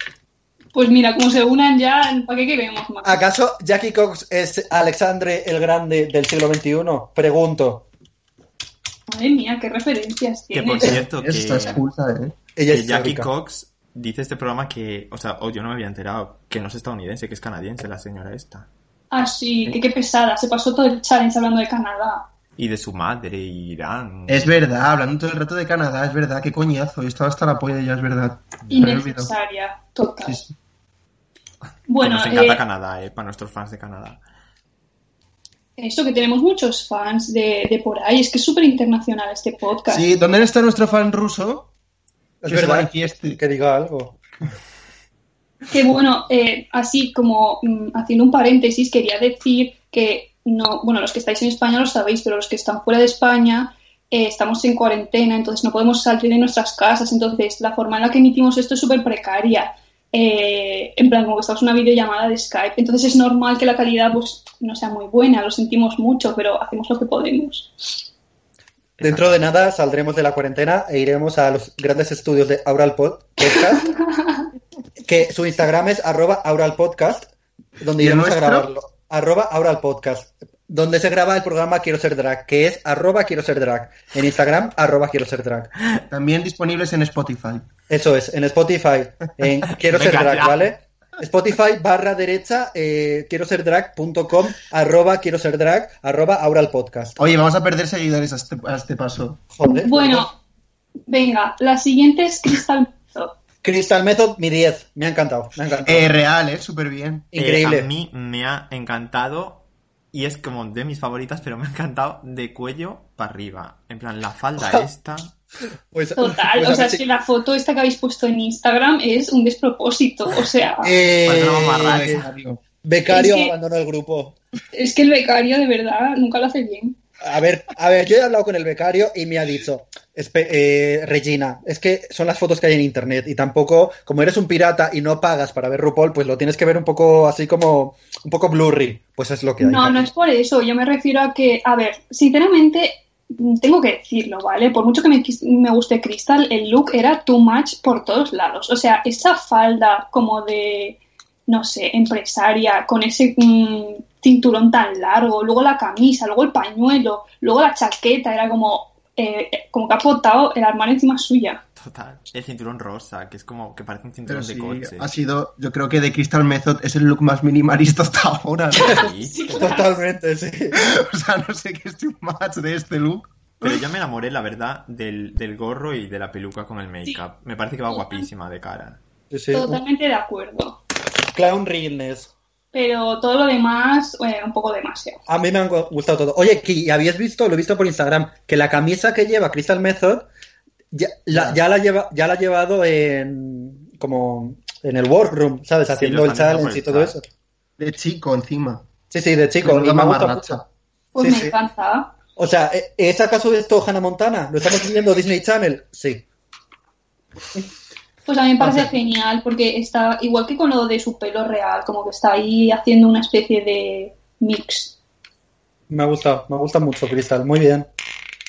Speaker 5: Pues mira, como se unan ya, ¿para qué queremos más?
Speaker 2: ¿Acaso Jackie Cox es Alexandre el Grande del siglo XXI? Pregunto.
Speaker 5: Madre mía, qué referencias
Speaker 3: Que
Speaker 5: tiene.
Speaker 3: por cierto, que,
Speaker 4: Está expulsa, ¿eh?
Speaker 2: Ella
Speaker 3: que
Speaker 2: es
Speaker 3: Jackie
Speaker 2: histórica.
Speaker 3: Cox dice este programa que, o sea, oh, yo no me había enterado, que no es estadounidense, que es canadiense la señora esta.
Speaker 5: Ah, sí, que qué pesada. Se pasó todo el challenge hablando de Canadá.
Speaker 3: Y de su madre, Irán.
Speaker 4: Es verdad, hablando todo el rato de Canadá, es verdad, qué coñazo, yo estaba hasta la polla ya, es verdad. Me había olvidado.
Speaker 5: Innecesaria, total.
Speaker 4: Sí, sí.
Speaker 3: Que
Speaker 5: Bueno,
Speaker 3: nos encanta
Speaker 5: eh,
Speaker 3: Canadá, eh, para nuestros fans de Canadá.
Speaker 5: eso que tenemos muchos fans de, de por ahí. Es que es súper internacional este podcast.
Speaker 4: Sí, ¿dónde está nuestro fan ruso?
Speaker 2: Es
Speaker 4: Que se
Speaker 2: verdad
Speaker 4: manifieste.
Speaker 2: que diga algo.
Speaker 5: Que bueno, eh, así como mm, haciendo un paréntesis, quería decir que no, bueno, los que estáis en España lo sabéis, pero los que están fuera de España eh, estamos en cuarentena, entonces no podemos salir de nuestras casas, entonces la forma en la que emitimos esto es súper precaria. Eh, en plan, como que estamos en una videollamada de Skype, entonces es normal que la calidad pues no sea muy buena, lo sentimos mucho, pero hacemos lo que podemos.
Speaker 2: Dentro de nada saldremos de la cuarentena e iremos a los grandes estudios de Aural Pod- Podcast, que su Instagram es arroba Aural Podcast, donde
Speaker 4: ¿Y el
Speaker 2: iremos a
Speaker 4: nuestro?
Speaker 2: grabarlo. Arroba Aural Podcast, donde se graba el programa Quiero Ser Drag, que es arroba Quiero Ser Drag. En Instagram, arroba Quiero Ser Drag.
Speaker 4: También disponibles en Spotify.
Speaker 2: Eso es, en Spotify,
Speaker 4: [laughs]
Speaker 2: en Quiero Ser
Speaker 3: Venga,
Speaker 2: Drag,
Speaker 3: ya.
Speaker 2: ¿vale? Spotify barra derecha, eh, quiero ser drag.com, arroba quiero ser drag, arroba Aural Podcast.
Speaker 4: Oye, vamos a perder seguidores a este, a este paso.
Speaker 2: Joder.
Speaker 5: Bueno, Venga, la siguiente es Crystal Method.
Speaker 2: Crystal Method, mi 10. Me ha encantado. Me ha encantado.
Speaker 4: Eh, real, ¿eh? Súper bien.
Speaker 3: Eh,
Speaker 2: Increíble.
Speaker 3: a mí me ha encantado y es como de mis favoritas, pero me ha encantado de cuello para arriba. En plan, la falda esta.
Speaker 2: Pues-
Speaker 5: Total,
Speaker 2: pues
Speaker 5: o
Speaker 2: a ver
Speaker 5: sea, es
Speaker 2: si-
Speaker 5: que la foto esta que habéis puesto en Instagram es un despropósito, o sea,
Speaker 2: [laughs] Eh,
Speaker 3: Pues no, mamarracho.
Speaker 2: becario
Speaker 5: Es que-
Speaker 2: abandonó el grupo.
Speaker 5: es que el becario de verdad nunca lo hace bien.
Speaker 2: A ver, a ver, yo he hablado con el becario y me ha dicho, "Espe- eh, Regina, es que son las fotos que hay en internet y tampoco, como eres un pirata y no pagas para ver RuPaul, pues lo tienes que ver un poco así como, un poco blurry. Pues es lo que hay.
Speaker 5: No, no es por eso, yo me refiero a que, a ver, sinceramente mm, tengo que decirlo, ¿vale? Por mucho que me, quis- me guste Crystal, el look era too much por todos lados, o sea, esa falda como de, no sé, empresaria, con ese mm, cinturón tan largo, luego la camisa, luego el pañuelo, luego la chaqueta, era como, eh, como que ha botado el armario encima suya.
Speaker 3: Total. El cinturón rosa, que es como que parece un
Speaker 4: Pero
Speaker 3: cinturón
Speaker 4: sí,
Speaker 3: de coche.
Speaker 4: ha sido, yo creo que de Crystal Method es el look más minimalista hasta ahora. ¿no? [laughs]
Speaker 3: Sí.
Speaker 2: Totalmente, sí.
Speaker 4: o sea, no sé qué es un match de este look.
Speaker 3: Pero yo me enamoré, la verdad, del, del gorro y de la peluca con el make-up. Me parece que va guapísima de cara.
Speaker 2: Sí, sí. Un
Speaker 5: Totalmente de acuerdo.
Speaker 2: Clown realness.
Speaker 5: Pero todo lo demás, eh, un poco demasiado.
Speaker 2: A mí me han gu- gustado todo. Oye, Ki, ¿habías visto? Lo he visto por Instagram, que la camisa que lleva Crystal Method ya la, ya la, lleva, ya la ha llevado en como en el workroom, ¿sabes?
Speaker 3: Sí,
Speaker 2: Haciendo
Speaker 3: lo
Speaker 2: el
Speaker 3: están haciendo
Speaker 2: challenge
Speaker 3: por
Speaker 2: y
Speaker 3: el
Speaker 2: todo eso.
Speaker 3: chat.
Speaker 4: De chico encima.
Speaker 2: Sí, sí, de chico.
Speaker 4: Menuda
Speaker 2: Y me ha gustado
Speaker 4: mamarracha.
Speaker 2: mucho.
Speaker 5: Pues
Speaker 2: Sí,
Speaker 5: me
Speaker 2: sí.
Speaker 5: encanta.
Speaker 2: O sea, ¿e- ¿es acaso esto Hannah Montana? ¿Lo estamos viendo Disney Channel? Sí.
Speaker 5: Pues a mí me parece
Speaker 4: Ok.
Speaker 5: genial porque está igual que con lo de su pelo real, como que está ahí haciendo una especie de mix.
Speaker 2: Me ha gustado, me gusta mucho, Crystal. Muy bien.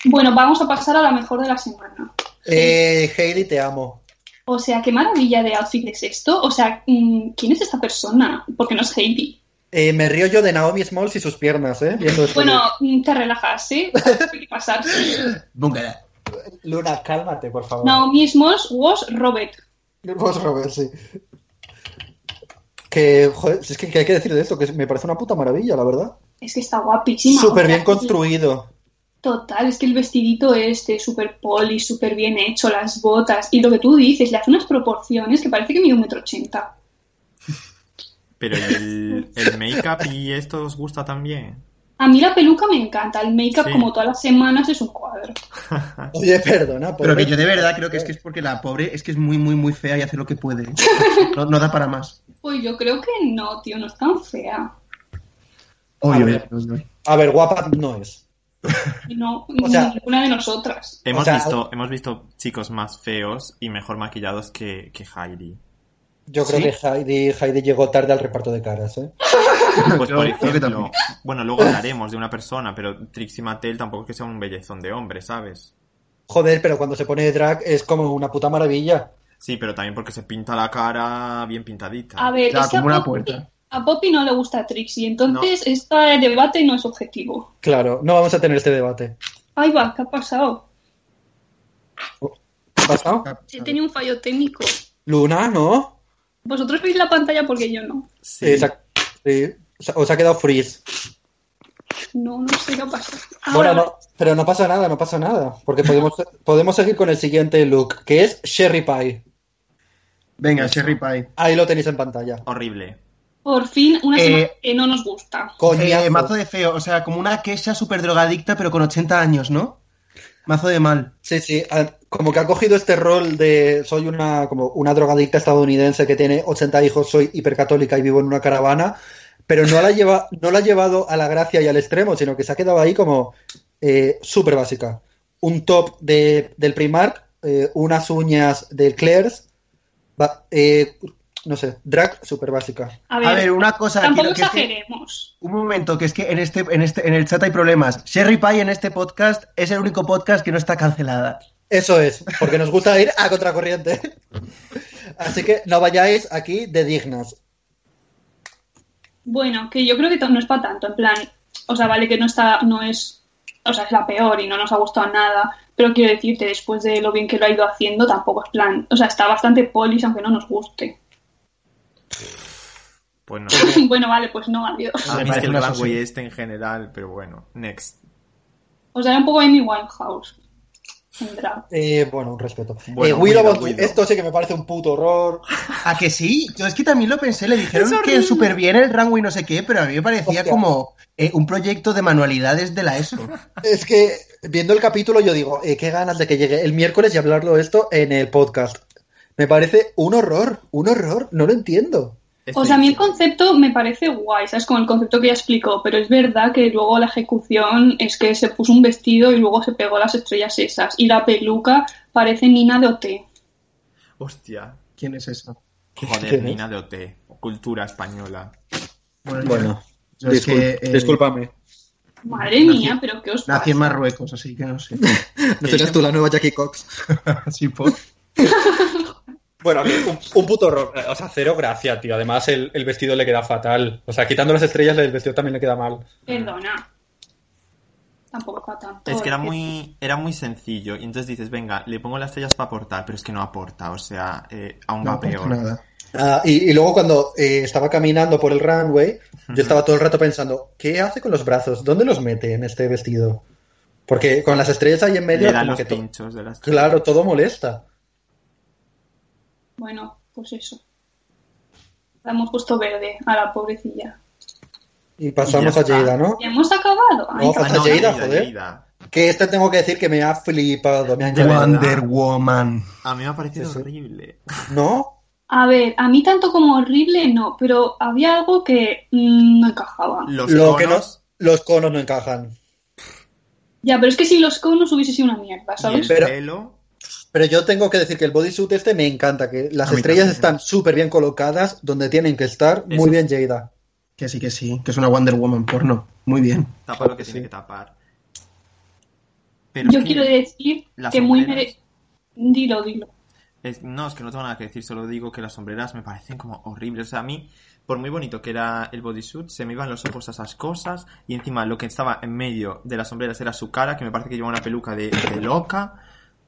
Speaker 5: Bueno, vamos a pasar a la mejor de la semana.
Speaker 2: Eh, Hailey, te amo.
Speaker 5: O sea, qué maravilla de outfit es esto. O sea, mm, ¿quién es esta persona? Porque no es Heidi.
Speaker 2: Eh, me río yo de Naomi Smalls y sus piernas, ¿eh? Viendo esto.
Speaker 5: Bueno, mm, te relajas, ¿sí? Hay que
Speaker 2: [laughs]
Speaker 5: pasarse.
Speaker 4: Bunga.
Speaker 2: Luna, cálmate, por favor.
Speaker 5: Naomi Smalls was Robert.
Speaker 2: [laughs] Vamos a ver, sí. Que, joder, si es que, que hay que decir de esto, que me parece una puta maravilla, la verdad.
Speaker 5: Es que está guapísima. o
Speaker 2: Súper
Speaker 5: sea,
Speaker 2: bien construido.
Speaker 5: Total, es que el vestidito este, súper poli, súper bien hecho, las botas, y lo que tú dices, le hace unas proporciones que parece que mide un metro ochenta.
Speaker 3: Pero el, el make-up y esto os gusta también.
Speaker 5: A mí la peluca me encanta, el make-up
Speaker 3: Sí.
Speaker 5: como todas las semanas es un cuadro.
Speaker 2: Oye, perdona,
Speaker 4: Ah. Pero que
Speaker 2: pobre.
Speaker 4: yo de verdad creo que es que es porque la pobre es que es muy, muy, muy fea y hace lo que puede. ¿eh?
Speaker 3: [laughs]
Speaker 4: No, no da para más.
Speaker 5: Pues yo creo que no, tío, no es tan fea.
Speaker 4: Obvio,
Speaker 2: A ver.
Speaker 4: obvio, obvio.
Speaker 2: A ver, guapa no es.
Speaker 5: No,
Speaker 2: O sea-
Speaker 5: ninguna de nosotras.
Speaker 3: Hemos,
Speaker 2: sea,
Speaker 3: visto, hemos visto chicos más feos y mejor maquillados que, que
Speaker 4: [laughs]
Speaker 3: Heidi.
Speaker 2: Yo creo
Speaker 4: ¿Sí?
Speaker 2: que Heidi, Heidi llegó tarde al reparto de caras, ¿eh?
Speaker 3: Pues
Speaker 4: Yo
Speaker 3: por
Speaker 4: creo que también.
Speaker 3: ejemplo, bueno, luego hablaremos de una persona, pero Trixie Mattel tampoco es que sea un bellezón de hombre, ¿sabes?
Speaker 2: Joder, pero cuando se pone drag es como una puta maravilla.
Speaker 3: Sí, pero también porque se pinta la cara bien pintadita.
Speaker 5: A ver,
Speaker 4: Ya,
Speaker 5: es que a
Speaker 4: como una
Speaker 5: Poppy-
Speaker 4: puerta.
Speaker 5: A Poppy no le gusta Trixie, entonces este debate no es objetivo.
Speaker 2: Claro, no vamos a tener este debate.
Speaker 5: Ay, va, ¿qué ha pasado?
Speaker 2: ¿Qué ha pasado?
Speaker 5: He tenido un fallo técnico.
Speaker 2: Luna, ¿no?
Speaker 5: Vosotros veis la pantalla porque yo no.
Speaker 3: Sí,
Speaker 2: Eh, se ha- sí. O sea, Os ha quedado freeze.
Speaker 5: No, no sé qué ha pasado.
Speaker 2: Bueno,
Speaker 5: Ahora-
Speaker 2: no, pero no pasa nada, no pasa nada. Porque podemos, [laughs] podemos seguir con el siguiente look, que es Sherry Pie.
Speaker 4: Venga,
Speaker 3: Eso.
Speaker 4: Cherry Pie.
Speaker 2: Ahí lo tenéis en pantalla.
Speaker 3: horrible.
Speaker 5: Por fin, una
Speaker 4: Eh,
Speaker 5: semana que no nos gusta.
Speaker 2: Coñazo.
Speaker 4: Eh, mazo de feo, o sea, como una queja súper drogadicta, pero con 80 años, ¿no? Mazo de mal.
Speaker 2: Sí, sí. a- Como que ha cogido este rol de soy una, como una drogadicta estadounidense que tiene 80 hijos, soy hipercatólica y vivo en una caravana, pero no la, lleva, no la ha llevado a la gracia y al extremo, sino que se ha quedado ahí como eh, súper básica. Un top de, del Primark, eh, unas uñas del Claire's, va- eh, no sé, drag súper básica.
Speaker 5: A ver,
Speaker 4: A ver, una cosa.
Speaker 5: tampoco
Speaker 4: quiero que es que-
Speaker 5: exageremos.
Speaker 4: un momento, que es que en este, en este, en el chat hay problemas. Sherry Pie en este podcast es el único podcast que no está cancelada.
Speaker 2: Eso es, porque nos gusta ir a contracorriente. [laughs] Así que no vayáis aquí de dignas.
Speaker 5: Bueno, que yo creo que to- no es para tanto, en plan, o sea, vale que no está, no es, o sea, es la peor y no nos ha gustado nada, pero quiero decirte, después de lo bien que lo ha ido haciendo, tampoco es plan, o sea, está bastante polis aunque no nos guste. [laughs]
Speaker 3: Pues no.
Speaker 4: [laughs]
Speaker 5: bueno, vale, pues no, adiós.
Speaker 3: A
Speaker 4: Me
Speaker 3: mí es
Speaker 4: parece
Speaker 3: que Ah, el
Speaker 4: una
Speaker 3: Gangway
Speaker 4: sosima.
Speaker 3: este en general, pero bueno, next.
Speaker 5: O sea, era un poco Amy Winehouse. Entra.
Speaker 2: Eh, bueno, un respeto.
Speaker 3: Bueno,
Speaker 2: Eh, Willow
Speaker 3: Willow,
Speaker 2: Bond-
Speaker 3: Willow.
Speaker 2: esto sí que me parece un puto horror.
Speaker 4: ¿A que sí? Yo es que también lo pensé, le dijeron que súper bien el rango y no sé qué, pero a mí me parecía
Speaker 2: Hostia.
Speaker 4: como eh, un proyecto de manualidades de la ESO.
Speaker 2: Es que viendo el capítulo yo digo, eh, qué ganas de que llegue el miércoles y hablarlo de esto en el podcast. Me parece un horror, un horror, no lo entiendo.
Speaker 5: O sea, a mí el concepto me parece guay, ¿sabes? Como el concepto que ya explicó, pero es verdad que luego la ejecución es que se puso un vestido y luego se pegó las estrellas esas. Y la peluca parece Nina de OT.
Speaker 3: Hostia.
Speaker 4: ¿Quién es eso?
Speaker 3: Joder,
Speaker 2: ¿Quién es?
Speaker 3: Nina de OT. Cultura española.
Speaker 4: Bueno,
Speaker 2: Bueno,
Speaker 4: yo- yo es que, eh,
Speaker 2: discúlpame.
Speaker 5: Madre mía, pero qué os
Speaker 4: Nací en
Speaker 5: pasa.
Speaker 4: Marruecos, así que no
Speaker 3: [laughs]
Speaker 4: sé.
Speaker 2: No
Speaker 6: Eh,
Speaker 2: serás tú la nueva Jackie Cox.
Speaker 4: Así por.
Speaker 6: Bueno, a mí un, un puto horror. Eh, O sea, cero gracia, tío. Además, el, el vestido le queda fatal. O sea, quitando las estrellas, el vestido también le queda mal.
Speaker 5: Perdona. Tampoco está tanto.
Speaker 3: Es que era muy, era muy sencillo. Y entonces dices, venga, le pongo las estrellas para aportar, pero es que no aporta, o sea, eh, aún
Speaker 4: No
Speaker 3: va
Speaker 4: aporta
Speaker 3: peor.
Speaker 4: nada.
Speaker 2: Ah, y, y luego cuando eh, estaba caminando por el runway, yo estaba todo el rato pensando, ¿qué hace con los brazos? ¿Dónde los mete en este vestido? Porque con las estrellas ahí en medio,
Speaker 3: Le dan
Speaker 2: como
Speaker 3: los
Speaker 2: que to-
Speaker 3: pinchos de las
Speaker 2: claro, todo molesta.
Speaker 5: Bueno, pues eso. La hemos puesto verde a la pobrecilla.
Speaker 2: Y pasamos
Speaker 3: Y ya
Speaker 2: a
Speaker 3: está.
Speaker 2: Lleida, ¿no?
Speaker 5: ¿Ya hemos acabado? Ay,
Speaker 2: No,
Speaker 3: Ah,
Speaker 2: Hasta
Speaker 3: no,
Speaker 2: Lleida,
Speaker 3: Lleida,
Speaker 2: joder.
Speaker 3: Lleida.
Speaker 2: Que este tengo que decir que me ha flipado,
Speaker 3: [laughs]
Speaker 2: me ha
Speaker 3: Ya
Speaker 2: encantado.
Speaker 3: verdad.
Speaker 4: Wonder Woman.
Speaker 3: A mí me ha parecido
Speaker 2: Sí, sí.
Speaker 3: horrible.
Speaker 2: ¿No?
Speaker 5: A ver, a mí tanto como horrible no, pero había algo que mm, no encajaba.
Speaker 3: Los
Speaker 2: Lo que no-
Speaker 3: conos
Speaker 2: los conos no encajan.
Speaker 5: Ya, pero es que si los conos hubiese sido una mierda,
Speaker 3: y el
Speaker 5: ¿sabes?
Speaker 2: Pero-
Speaker 3: pelo.
Speaker 2: Pero yo tengo que decir que el bodysuit este me encanta, que las
Speaker 4: A mí
Speaker 2: estrellas
Speaker 4: también.
Speaker 2: están súper bien colocadas donde tienen que estar.
Speaker 3: Eso
Speaker 2: Muy bien, Lleida.
Speaker 4: Que sí, que sí, que es una Wonder Woman porno. Muy [laughs] bien.
Speaker 3: Tapa lo que
Speaker 2: Sí.
Speaker 3: tiene que tapar. Pero
Speaker 5: Yo
Speaker 3: es que
Speaker 5: quiero decir
Speaker 3: las
Speaker 5: que muy mere...
Speaker 3: sombreras-
Speaker 5: Dilo, dilo.
Speaker 3: es- no, es que no tengo nada que decir, solo digo que las sombreras me parecen como horribles. O sea, a mí, por muy bonito que era el bodysuit, se me iban los ojos a esas cosas. Y encima lo que estaba en medio de las sombreras era su cara, que me parece que lleva una peluca de, de loca.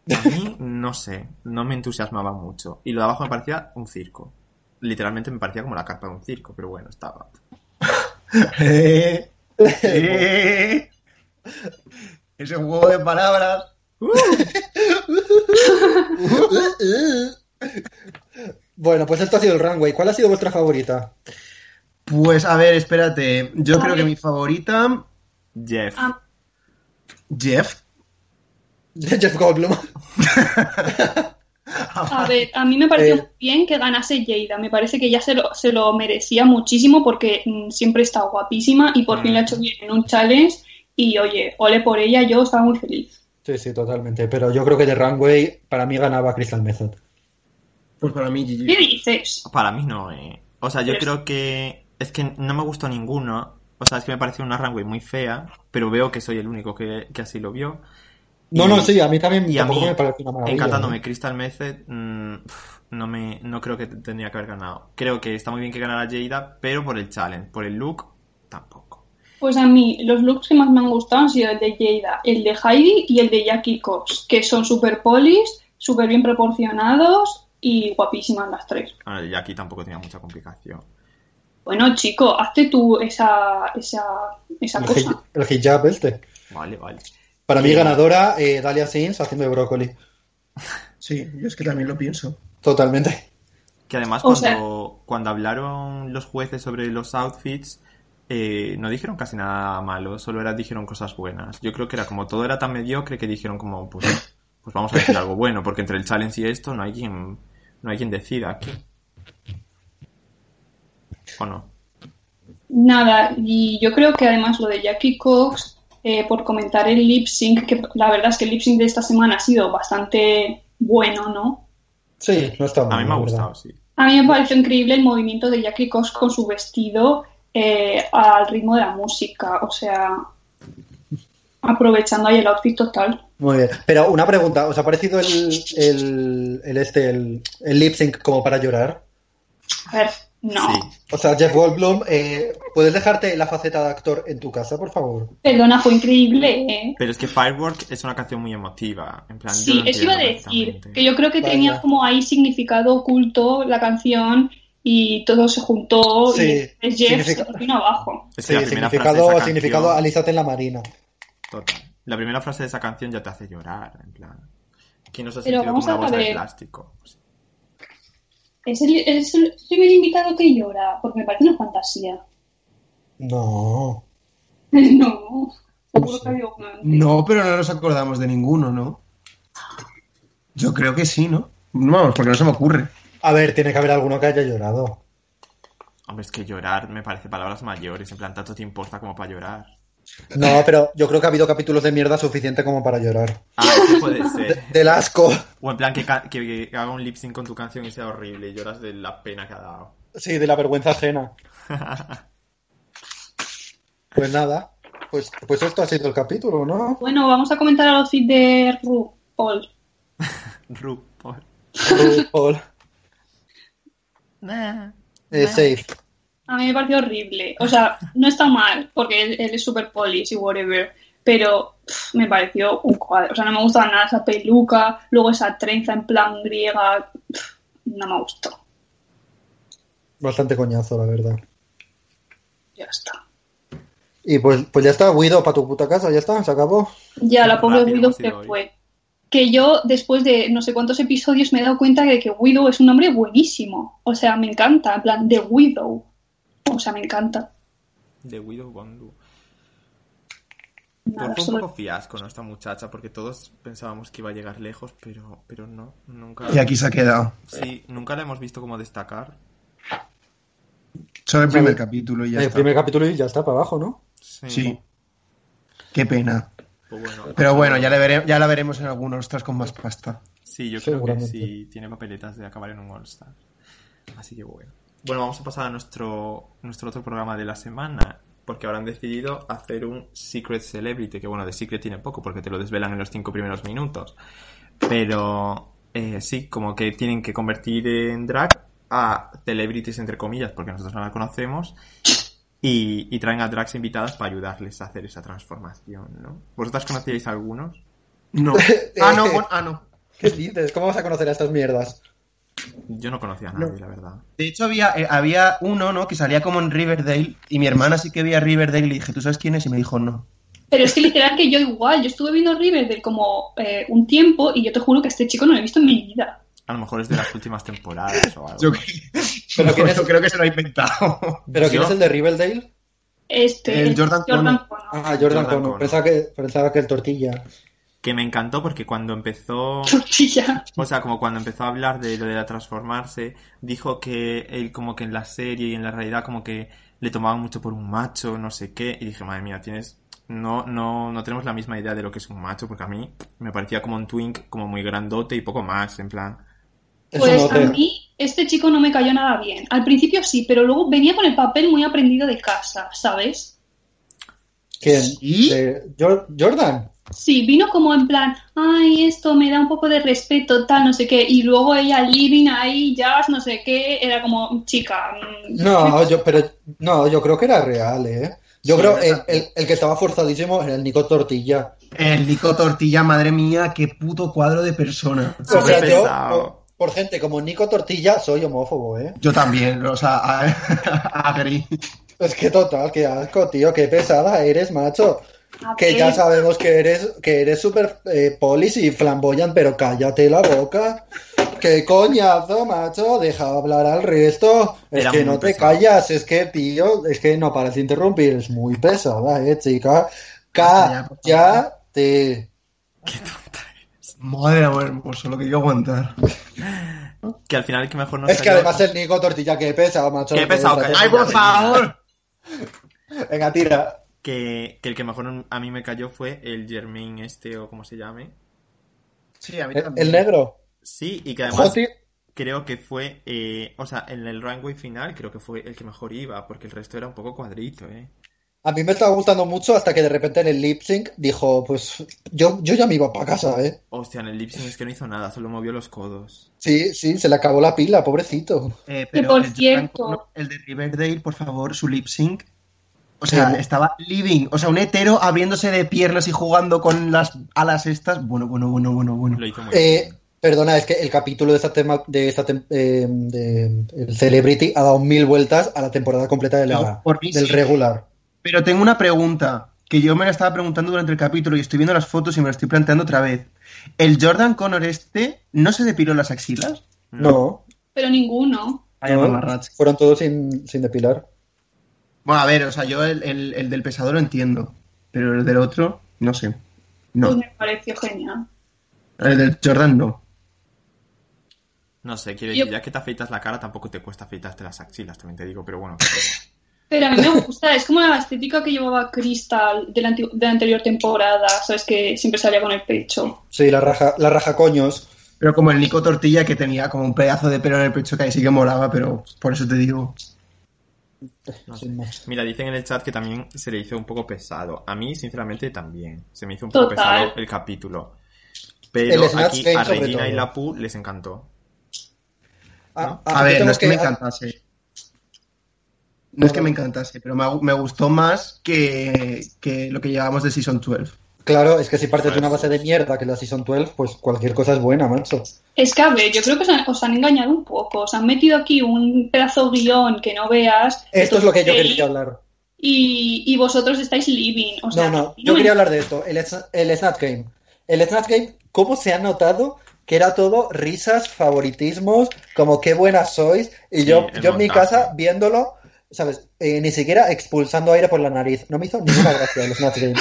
Speaker 3: A mí, no sé, no me entusiasmaba mucho. Y lo de abajo me parecía un circo. Literalmente me parecía como la carpa de un circo, pero bueno, estaba.
Speaker 4: Eh, eh. Es un juego de palabras.
Speaker 2: Bueno, pues esto ha sido el runway. ¿Cuál ha sido vuestra favorita?
Speaker 4: Pues a ver, espérate. Yo
Speaker 5: A
Speaker 4: creo que
Speaker 5: ver.
Speaker 4: mi favorita,
Speaker 3: Jeff.
Speaker 5: Ah,
Speaker 4: Jeff.
Speaker 2: Jeff Goldblum.
Speaker 5: [laughs] a ver, a mí me pareció
Speaker 2: Eh.
Speaker 5: muy bien que ganase Lleida. Me parece que ya se lo, se lo merecía muchísimo porque mm, siempre está guapísima y por fin la ha hecho bien en un challenge. Y oye, ole por ella, yo estaba muy feliz.
Speaker 2: Sí, sí, totalmente. Pero yo creo que de runway para mí ganaba Crystal Method.
Speaker 4: Pues para mí, Gigi.
Speaker 5: ¿Qué dices?
Speaker 3: Para mí no, eh. O sea, yo
Speaker 5: Pero-
Speaker 3: creo que. Es que no me gustó ninguno. O sea, es que me pareció una runway muy fea. Pero veo que soy el único que, que así lo vio.
Speaker 2: No,
Speaker 3: Y-
Speaker 2: no, sí, a mí también
Speaker 3: Y a
Speaker 2: tampoco
Speaker 3: mí,
Speaker 2: me parece una maravilla.
Speaker 3: encantándome
Speaker 2: ¿no?
Speaker 3: Crystal Method, mm, pf, no, me, no creo que t- tendría que haber ganado. Creo que está muy bien que ganara Jada, pero por el challenge, por el look, tampoco.
Speaker 5: Pues a mí, los looks que más me han gustado han sido el de Jada, el de Heidi y el de Jackie Cox, que son súper polis, súper bien proporcionados y guapísimas las tres.
Speaker 3: Bueno, y aquí tampoco tenía mucha complicación.
Speaker 5: Bueno, chico, hazte tú esa, esa, esa
Speaker 2: El,
Speaker 5: cosa.
Speaker 2: hij- el hijab este.
Speaker 3: Vale, vale.
Speaker 2: Para mí
Speaker 3: Sí.
Speaker 2: ganadora, eh, Dalia Sins haciendo de brócoli.
Speaker 4: Sí, yo es que también lo pienso.
Speaker 2: Totalmente.
Speaker 3: Que además
Speaker 5: O
Speaker 3: cuando, cuando hablaron los jueces sobre los outfits, eh, no dijeron casi nada malo, solo era, dijeron cosas buenas. Yo creo que era como todo era tan mediocre que dijeron como, pues, pues vamos a decir algo bueno, porque entre el challenge y esto no hay quien, no hay quien decida aquí. ¿O no?
Speaker 5: Nada, y yo creo que además lo de Jackie Cox, eh, por comentar el lip sync, que la verdad es que el lip sync de esta semana ha sido bastante bueno, ¿no?
Speaker 2: Sí, no está mal.
Speaker 3: A mí me ha
Speaker 2: la verdad.
Speaker 3: gustado, sí.
Speaker 5: A mí me pareció increíble el movimiento de Jackie Cox con su vestido eh, al ritmo de la música, o sea, aprovechando ahí el outfit total.
Speaker 2: Muy bien. Pero una pregunta, ¿os ha parecido el, el, el este, el, el lip sync como para llorar?
Speaker 5: A ver, no.
Speaker 3: Sí.
Speaker 2: O sea, Jeff Goldblum, eh, ¿puedes dejarte la faceta de actor en tu casa, por favor?
Speaker 5: Perdona, fue increíble, ¿eh?
Speaker 3: Pero es que Firework es una canción muy emotiva. En plan, yo
Speaker 5: Sí,
Speaker 3: lo
Speaker 5: eso iba a
Speaker 3: entiendo
Speaker 5: decir,
Speaker 3: perfectamente.
Speaker 5: que yo creo que
Speaker 2: Vaya.
Speaker 5: tenía como ahí significado oculto la canción y todo se juntó
Speaker 2: Sí,
Speaker 5: y es Jeff
Speaker 2: significa-
Speaker 5: se vino abajo.
Speaker 3: Es que
Speaker 2: Sí,
Speaker 3: la primera frase de
Speaker 2: significado,
Speaker 3: esa
Speaker 2: significado
Speaker 3: canción-
Speaker 2: alízate en la marina.
Speaker 3: Total. La primera frase de esa canción ya te hace llorar, en plan. ¿Quién nos ha
Speaker 5: Pero
Speaker 3: sentido como
Speaker 5: vamos
Speaker 3: una
Speaker 5: a
Speaker 3: bolsa de
Speaker 5: ver.
Speaker 3: plástico?
Speaker 5: Es el, es el primer invitado que llora, porque me parece una fantasía. [laughs]
Speaker 2: No.
Speaker 5: no, seguro que había uno antes.
Speaker 4: No, pero no nos acordamos de ninguno, ¿no? Yo creo que sí, ¿no? Vamos, porque no se me ocurre.
Speaker 2: A ver, tiene que haber alguno que haya llorado.
Speaker 3: Hombre, es que llorar me parece palabras mayores. En plan, tanto te importa como para llorar.
Speaker 5: [laughs]
Speaker 2: No, pero yo creo que ha habido capítulos de mierda suficiente como para llorar.
Speaker 3: Ah, eso puede ser.
Speaker 2: De- del asco.
Speaker 3: O en plan, que, ca- que- que haga un lip sync con tu canción y sea horrible. Y lloras de la pena que ha dado.
Speaker 2: Sí, de la vergüenza
Speaker 3: [laughs]
Speaker 2: ajena. Pues nada. Pues, pues esto ha sido el capítulo,
Speaker 3: [laughs]
Speaker 2: ¿no?
Speaker 5: Bueno, vamos a comentar el outfit de RuPaul.
Speaker 3: Ru, por-
Speaker 2: RuPaul.
Speaker 7: 嗯
Speaker 2: Eh, safe.
Speaker 5: A mí me pareció horrible. O sea, no está mal, porque él, él es super polis y whatever. Pero pff, me pareció un cuadro. O sea, no me gustaba nada esa peluca, luego esa trenza en plan griega. pff, no me gustó.
Speaker 2: Bastante coñazo, la verdad.
Speaker 5: Ya está.
Speaker 2: Y pues, pues ya está, Guido, para tu puta casa, ya está, se acabó.
Speaker 5: Ya, la pobre
Speaker 3: Rápido
Speaker 5: Widow
Speaker 3: hemos
Speaker 5: se
Speaker 3: ido hoy.
Speaker 5: fue. Que yo, después de no sé cuántos episodios, me he dado cuenta de que Widow es un hombre buenísimo. O sea, me encanta. En plan, de Widow. O sea, me encanta.
Speaker 3: de Widow Bondu.
Speaker 5: Nada,
Speaker 3: Fue un
Speaker 5: solo-
Speaker 3: poco fiasco, ¿no? Esta muchacha, porque todos pensábamos que iba a llegar lejos, pero, pero no. Nunca.
Speaker 4: Y aquí se ha quedado.
Speaker 3: Sí, nunca la hemos visto como destacar.
Speaker 4: Solo el primer capítulo y ya
Speaker 2: el
Speaker 4: está.
Speaker 2: primer capítulo y ya está para abajo, ¿no?
Speaker 3: Sí.
Speaker 4: Sí. Qué pena.
Speaker 3: Pues bueno,
Speaker 4: Pero bueno, ya, le vere- ya la veremos en algún Ostras con más pasta.
Speaker 3: Sí, yo creo que
Speaker 2: Seguramente.
Speaker 3: sí tiene papeletas de acabar en un All-Star. Así que bueno. Bueno, vamos a pasar a nuestro, nuestro otro programa de la semana. Porque ahora han decidido hacer un Secret Celebrity. Que bueno, de Secret tiene poco porque te lo desvelan en los cinco primeros minutos. Pero eh, sí, como que tienen que convertir en drag a celebrities entre comillas porque nosotros no la conocemos. Y, y traen a drags invitadas para ayudarles a hacer esa transformación, ¿no? ¿Vosotras conocíais algunos?
Speaker 4: No. Ah, no, bueno, ah, no.
Speaker 2: Eh, ¿Qué dices? ¿Cómo vas a conocer a estas mierdas?
Speaker 3: Yo no conocía a nadie, la verdad.
Speaker 4: De hecho, había, eh, había uno, ¿no? Que salía como en Riverdale. Y mi hermana sí que veía Riverdale y le dije, ¿tú sabes quién es? Y me dijo, no.
Speaker 5: Pero es que literal que yo igual, yo estuve viendo Riverdale como eh, un tiempo y yo te juro que a este chico no lo he visto en mi vida.
Speaker 3: A lo mejor es de las últimas temporadas o algo.
Speaker 4: Yo
Speaker 2: Pero ¿quién es-
Speaker 4: yo creo que se lo ha inventado.
Speaker 2: ¿Pero quién
Speaker 3: Yo-
Speaker 2: es el de Riverdale?
Speaker 5: Este,
Speaker 4: El
Speaker 5: es
Speaker 4: Jordan
Speaker 5: Connor.
Speaker 2: Ah, Jordan,
Speaker 3: Jordan
Speaker 2: Connor.
Speaker 3: Connor.
Speaker 2: Pensaba que, pensaba que el tortilla.
Speaker 3: Que me encantó porque cuando empezó,
Speaker 5: [laughs] Tortilla.
Speaker 3: o sea, como cuando empezó a hablar de lo de transformarse, dijo que él como que en la serie y en la realidad como que le tomaban mucho por un macho, no sé qué, y dije, madre mía, tienes no no no tenemos la misma idea de lo que es un macho porque a mí me parecía como un twink como muy grandote y poco más, en plan.
Speaker 2: Es un
Speaker 5: Pues a
Speaker 2: hotel.
Speaker 5: mí este chico no me cayó nada bien. Al principio sí, pero luego venía con el papel muy aprendido de casa, ¿sabes?
Speaker 2: ¿Quién?
Speaker 4: ¿Sí?
Speaker 2: Eh, Jor- ¿Jordan?
Speaker 5: Sí, vino como en plan, ay, esto me da un poco de respeto, tal, no sé qué. Y luego ella living ahí, jazz, no sé qué, era como chica. mm,
Speaker 2: No, yo, pero, no, yo creo que era real, ¿eh? Yo
Speaker 4: Sí,
Speaker 2: creo
Speaker 4: era
Speaker 2: el, el, el que estaba forzadísimo era el Nico Tortilla.
Speaker 4: El Nico Tortilla, madre mía, qué puto cuadro de persona.
Speaker 2: O sea, yo,
Speaker 3: pesado.
Speaker 2: por, por gente como Nico Tortilla, soy homófobo, ¿eh?
Speaker 4: Yo también, o sea, a- agree.
Speaker 2: Es que total, qué asco, tío, qué pesada eres, macho.
Speaker 5: a
Speaker 2: Que
Speaker 5: ver,
Speaker 2: ya sabemos que eres que eres súper eh, polis y flamboyant, pero cállate la boca. ¡Qué coñazo, macho! Deja hablar al resto. Es
Speaker 3: Era
Speaker 2: que
Speaker 3: muy
Speaker 2: no te
Speaker 3: pesado.
Speaker 2: callas, es que, tío, es que no paras de interrumpir. Es muy pesada, eh, chica. Cállate.
Speaker 4: Madre mía, hermoso, lo que yo aguantar.
Speaker 3: Que al final el que mejor nos
Speaker 2: Es que
Speaker 3: cayó-
Speaker 2: además el Nico Tortilla, qué pesado, macho.
Speaker 3: Qué
Speaker 2: No te
Speaker 3: pesado,
Speaker 2: gusta,
Speaker 3: cállate. Ay, por favor.
Speaker 2: Venga, tira.
Speaker 3: que, que el que mejor a mí me cayó fue el Germain este o como se llame.
Speaker 4: Sí,
Speaker 3: Eh,
Speaker 4: a mí
Speaker 2: El,
Speaker 4: también.
Speaker 2: el negro.
Speaker 3: Sí, y que además
Speaker 2: Joti.
Speaker 3: creo que fue, eh, o sea, en el runway final creo que fue el que mejor iba, porque el resto era un poco cuadrito, ¿eh?
Speaker 2: A mí me estaba gustando mucho hasta que de repente en el lip sync dijo, pues yo, yo ya me iba para casa, ¿eh?
Speaker 3: Hostia, en el lip sync es que no hizo nada, solo movió los codos.
Speaker 2: Sí, sí, se le acabó la pila, pobrecito.
Speaker 4: Eh,
Speaker 5: Que por
Speaker 4: Jordan
Speaker 5: cierto-
Speaker 4: Connor, el de Riverdale, por favor, su lip sync. O sea, estaba living. O sea, un hetero abriéndose de piernas y jugando con las alas estas. Bueno, bueno, bueno, bueno, bueno.
Speaker 3: Lo hizo muy
Speaker 2: Eh,
Speaker 3: bien.
Speaker 2: perdona, es que el capítulo de esta tema, de esta tem- eh, de- el Celebrity ha dado mil vueltas a la temporada completa de la-
Speaker 4: No, por mí
Speaker 2: del
Speaker 4: sí.
Speaker 2: regular.
Speaker 4: Pero tengo una pregunta que yo me la estaba preguntando durante el capítulo y estoy viendo las fotos y me la estoy planteando otra vez. ¿El Jordan Connor este no se depiló las axilas?
Speaker 2: No.
Speaker 5: Pero ninguno.
Speaker 4: Ay,
Speaker 2: No.
Speaker 4: mamarracho.
Speaker 2: Fueron todos sin, sin depilar.
Speaker 4: Bueno, a ver, o sea, yo el, el- el del pesado lo entiendo, pero el del otro, no sé.
Speaker 5: Pues
Speaker 4: No,
Speaker 5: me pareció genial.
Speaker 4: el del Jordan no.
Speaker 3: No sé, quiero
Speaker 5: Yo-
Speaker 3: decir, ya que te afeitas la cara, tampoco te cuesta afeitarte las axilas, también te digo, pero bueno.
Speaker 5: Pero a mí me gusta, es como la estética que llevaba Crystal de la, anti- de la anterior temporada, ¿sabes? Que siempre salía con el pecho.
Speaker 2: Sí, la raja, la raja coños.
Speaker 4: Pero como el Nico Tortilla que tenía como un pedazo de pelo en el pecho que ahí sí que molaba, pero por eso te digo.
Speaker 3: No sé.
Speaker 2: Sin más.
Speaker 3: Mira, dicen en el chat que también se le hizo un poco pesado. A mí, sinceramente, también. Se me hizo un poco
Speaker 5: Total.
Speaker 3: pesado el capítulo. Pero
Speaker 2: El Snatch
Speaker 3: aquí
Speaker 2: Game,
Speaker 3: a
Speaker 2: sobre
Speaker 3: Regina
Speaker 2: todo.
Speaker 3: y Lapu les encantó.
Speaker 2: Ah, ah,
Speaker 4: A
Speaker 2: yo
Speaker 4: ver,
Speaker 2: tengo
Speaker 4: no es que, me
Speaker 2: ah,
Speaker 4: encantase. No es que me encantase, pero me, ha- me gustó más que, que lo que llevábamos de Season 12.
Speaker 2: Claro, es que si partes de una base de mierda que es la Season 12, pues cualquier cosa es buena, macho.
Speaker 5: Es que, a ver, yo creo que os han, os han engañado un poco. Os han metido aquí un pedazo guión que no veas.
Speaker 2: Esto es lo que yo
Speaker 5: Sí.
Speaker 2: quería hablar.
Speaker 5: Y, y vosotros estáis living. O sea,
Speaker 2: No, no, yo
Speaker 5: me-
Speaker 2: quería hablar de esto. El, es- el Snatch Game. El Snatch Game, ¿cómo se ha notado que era todo risas, favoritismos, como qué buenas sois? Y
Speaker 3: Sí,
Speaker 2: yo,
Speaker 3: el
Speaker 2: yo en mi
Speaker 3: montaje.
Speaker 2: casa viéndolo, ¿sabes? Eh, ni siquiera expulsando aire por la nariz. No me hizo ninguna gracia el Snatch
Speaker 5: [laughs]
Speaker 2: Game.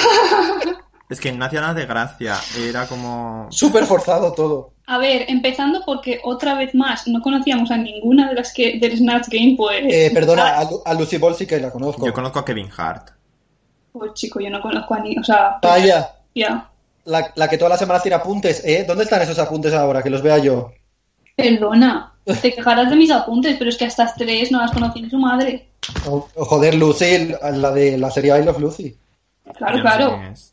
Speaker 3: Es que no hacía nada de gracia. Era como.
Speaker 2: Súper forzado todo.
Speaker 5: A ver, empezando porque otra vez más no conocíamos a ninguna de las que del Snatch Game, pues.
Speaker 2: Eh, perdona, a, Lu- a Lucy Ball sí que la conozco.
Speaker 3: Yo conozco a Kevin Hart.
Speaker 5: Pues chico, yo no conozco a ni. O sea,
Speaker 2: Vaya,
Speaker 5: ya.
Speaker 2: la, la que todas las semanas tiene apuntes, ¿eh? ¿Dónde están esos apuntes ahora? Que los vea yo. [laughs]
Speaker 5: Perdona, te quejarás de mis apuntes, pero es que a estas tres no las conocí ni su madre.
Speaker 2: O- o Oh, joder, Lucy, la de la serie I of Lucy.
Speaker 5: Claro,
Speaker 3: Ya no sé
Speaker 5: claro.
Speaker 3: quién es.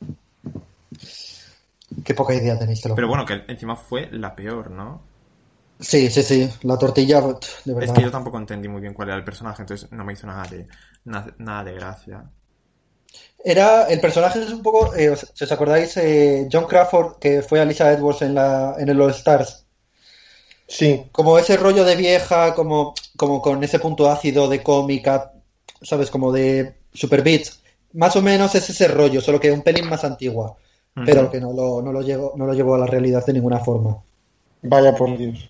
Speaker 2: Qué poca idea tenéis, te lo
Speaker 3: Pero bueno, que encima fue la peor, ¿no?
Speaker 2: Sí, sí, sí. La tortilla, pff, de
Speaker 3: Es
Speaker 2: verdad.
Speaker 3: que yo tampoco entendí muy bien cuál era el personaje, entonces no me hizo nada de, na- nada de gracia.
Speaker 2: Era, el personaje es un poco, eh, os- si os acordáis, eh, John Crawford, que fue Alicia Edwards en, la, en el All Stars.
Speaker 4: Sí.
Speaker 2: Como ese rollo de vieja, como, como con ese punto ácido de cómica, ¿sabes? Como de Super Beats. Más o menos es ese rollo, solo que un pelín más antigua.
Speaker 3: Ujú.
Speaker 2: Pero que no lo, no lo llevo, no lo llevo a la realidad de ninguna forma.
Speaker 8: Vaya por Dios.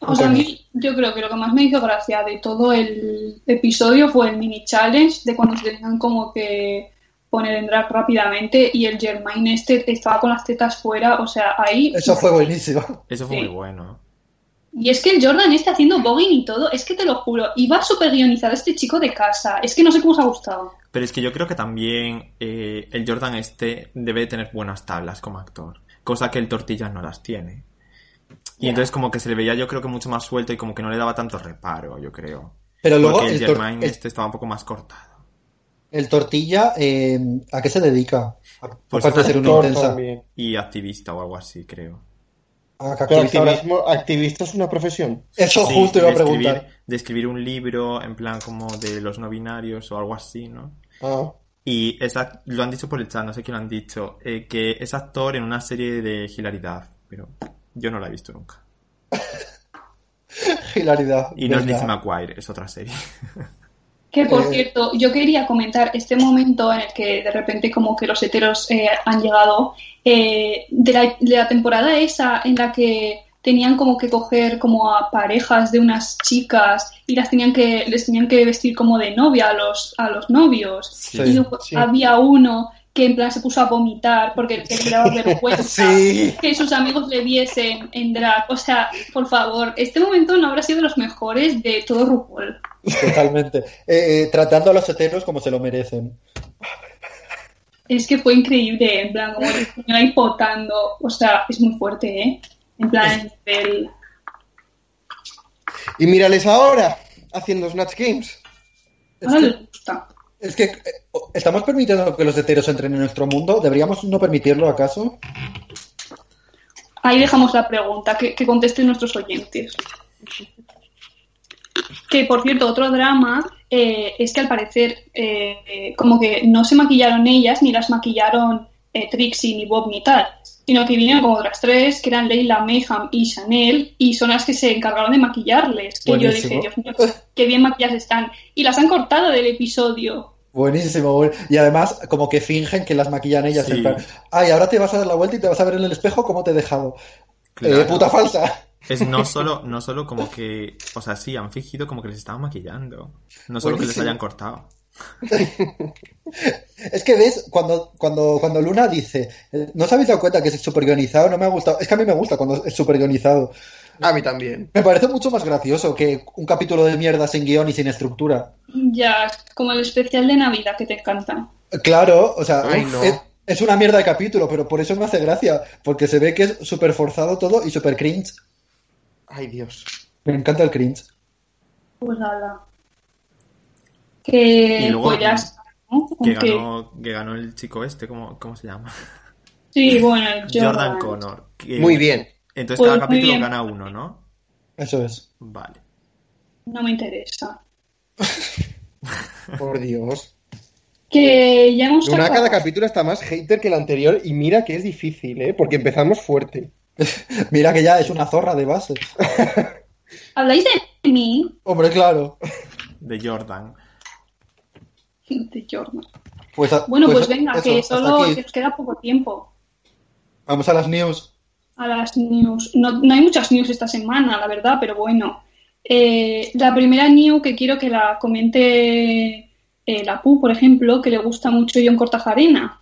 Speaker 5: O sea, a mí, yo creo que lo que más me hizo gracia de todo el episodio fue el mini challenge de cuando se tenían como que poner en drag rápidamente y el Germain este estaba con las tetas fuera, o sea, ahí...
Speaker 2: Eso fue buenísimo.
Speaker 3: Eso fue
Speaker 5: Sí.
Speaker 3: muy bueno.
Speaker 5: Y es que el Jordan este haciendo bogging y todo, es que te lo juro, iba súper guionizado este chico de casa, es que no sé cómo os ha gustado.
Speaker 3: Pero es que yo creo que también eh, el Jordan este debe tener buenas tablas como actor, cosa que el Tortillas no las tiene. Y entonces como que se le veía yo creo que mucho más suelto y como que no le daba tanto reparo, yo creo.
Speaker 2: Pero luego
Speaker 3: Porque
Speaker 2: el,
Speaker 3: el,
Speaker 2: tor-
Speaker 3: Germain
Speaker 2: el-
Speaker 3: este estaba un poco más cortado.
Speaker 2: el tortilla, eh, ¿a qué se dedica? A-
Speaker 3: Pues
Speaker 2: Aparte de
Speaker 3: está-
Speaker 2: ser una
Speaker 8: Thor
Speaker 2: intensa.
Speaker 8: también.
Speaker 3: Y activista o algo así, creo.
Speaker 2: Ah, que
Speaker 8: Pero
Speaker 2: activista ahora-
Speaker 8: activismo- activista es una profesión.
Speaker 2: Eso
Speaker 3: Sí,
Speaker 2: justo iba a
Speaker 3: de escribir-
Speaker 2: preguntar.
Speaker 3: De escribir un libro en plan como de los no binarios o algo así, ¿no?
Speaker 8: Ah,
Speaker 3: Y esa, lo han dicho por el chat, no sé quién lo han dicho, eh, que es actor en una serie de hilaridad, pero yo no la he visto nunca.
Speaker 2: [laughs] Hilaridad.
Speaker 3: Y no es
Speaker 2: venga.
Speaker 3: Lizzie McGuire, es otra serie.
Speaker 5: Que por
Speaker 2: Eh.
Speaker 5: cierto, yo quería comentar este momento en el que de repente como que los heteros eh, han llegado, eh, de, la, de la temporada esa en la que tenían como que coger como a parejas de unas chicas y las tenían que, les tenían que vestir como de novia a los, a los novios.
Speaker 3: [laughs] Sí.
Speaker 2: Eh,
Speaker 5: y luego
Speaker 8: sí.
Speaker 5: había uno que en plan se puso a vomitar porque que le daba vergüenza
Speaker 4: [laughs]
Speaker 2: Sí.
Speaker 5: que sus amigos le viesen en drag. O sea, por favor, este momento no habrá sido de los mejores de todo RuPaul.
Speaker 2: [laughs] Totalmente. Eh, eh, tratando a los heteros como se lo merecen.
Speaker 5: Es que fue increíble, en plan, como el señor ahí potando. O sea, es muy fuerte, ¿eh? En plan, el...
Speaker 8: Y mírales ahora, haciendo Snatch Games.
Speaker 2: Es
Speaker 5: Ahora les
Speaker 2: que,
Speaker 5: gusta.
Speaker 2: es que, eh, estamos permitiendo que los heteros entren en nuestro mundo. ¿Deberíamos no permitirlo acaso?
Speaker 5: Ahí dejamos la pregunta, que, que contesten nuestros oyentes. Que, por cierto, otro drama eh, es que al parecer eh, eh, como que no se maquillaron ellas, ni las maquillaron eh, Trixie, ni Bob, ni tal, sino que vinieron como otras tres, que eran Leila, Mayhem y Chanel, y son las que se encargaron de maquillarles. Que yo dije, pues,
Speaker 2: Buenísimo.
Speaker 5: Dios mío, qué bien maquilladas están. Y las han cortado del episodio.
Speaker 2: Buenísimo, buen- y además como que fingen que las maquillan ellas.
Speaker 3: Sí.
Speaker 2: en plan, Ay, ahora te vas a dar la vuelta y te vas a ver en el espejo cómo te he dejado.
Speaker 3: Claro.
Speaker 2: Eh, puta falsa.
Speaker 3: Es no solo, no solo como que. O sea, sí, han fingido como que les estaban maquillando. No solo que les
Speaker 2: Buenísimo.
Speaker 3: hayan cortado.
Speaker 2: Es que ves, cuando, cuando, cuando Luna dice, eh, ¿no os habéis dado cuenta que es super guionizado? No me ha gustado. Es que a mí me gusta cuando es super guionizado.
Speaker 9: A mí también.
Speaker 2: Me parece mucho más gracioso que un capítulo de mierda sin guión y sin estructura.
Speaker 5: Ya, es como el especial de Navidad que te encanta.
Speaker 2: Claro, o sea,
Speaker 9: Ay,
Speaker 2: uf,
Speaker 9: no.
Speaker 2: es, es una mierda de capítulo, pero por eso me hace gracia, porque se ve que es súper forzado todo y súper cringe.
Speaker 9: Ay, Dios.
Speaker 2: Me encanta el cringe.
Speaker 5: Pues ala. Que
Speaker 3: Y luego-
Speaker 5: pues ya está, ¿no?
Speaker 3: Que
Speaker 5: Aunque-
Speaker 3: ganó, que ganó el chico este, ¿cómo, cómo se
Speaker 5: [laughs]
Speaker 3: llama?
Speaker 5: Sí, bueno, el
Speaker 3: Jordan Connor. que-
Speaker 9: Muy bien.
Speaker 3: Entonces
Speaker 5: Pues
Speaker 3: cada
Speaker 5: muy
Speaker 3: capítulo
Speaker 5: bien.
Speaker 3: gana uno, ¿no?
Speaker 2: Eso es.
Speaker 3: Vale.
Speaker 5: No me interesa.
Speaker 9: Por Dios.
Speaker 5: Que ya hemos
Speaker 9: Luna
Speaker 5: tocado-
Speaker 9: cada capítulo está más hater que el anterior y mira que es difícil, ¿eh? Porque empezamos fuerte.
Speaker 2: Mira que ya es una zorra de base.
Speaker 5: ¿Habláis de mí?
Speaker 2: Hombre, claro.
Speaker 3: De Jordan.
Speaker 5: De Jordan.
Speaker 2: Pues a-
Speaker 5: Bueno, pues,
Speaker 2: a-
Speaker 5: venga,
Speaker 2: eso,
Speaker 5: que
Speaker 2: hasta
Speaker 5: solo
Speaker 2: aquí.
Speaker 5: que nos queda poco tiempo
Speaker 2: Vamos a las news.
Speaker 5: a las news. No, no hay muchas news esta semana, la verdad, pero bueno. Eh, la primera news que quiero que la comente eh, la Pu, por ejemplo, que le gusta mucho John Cortajarena.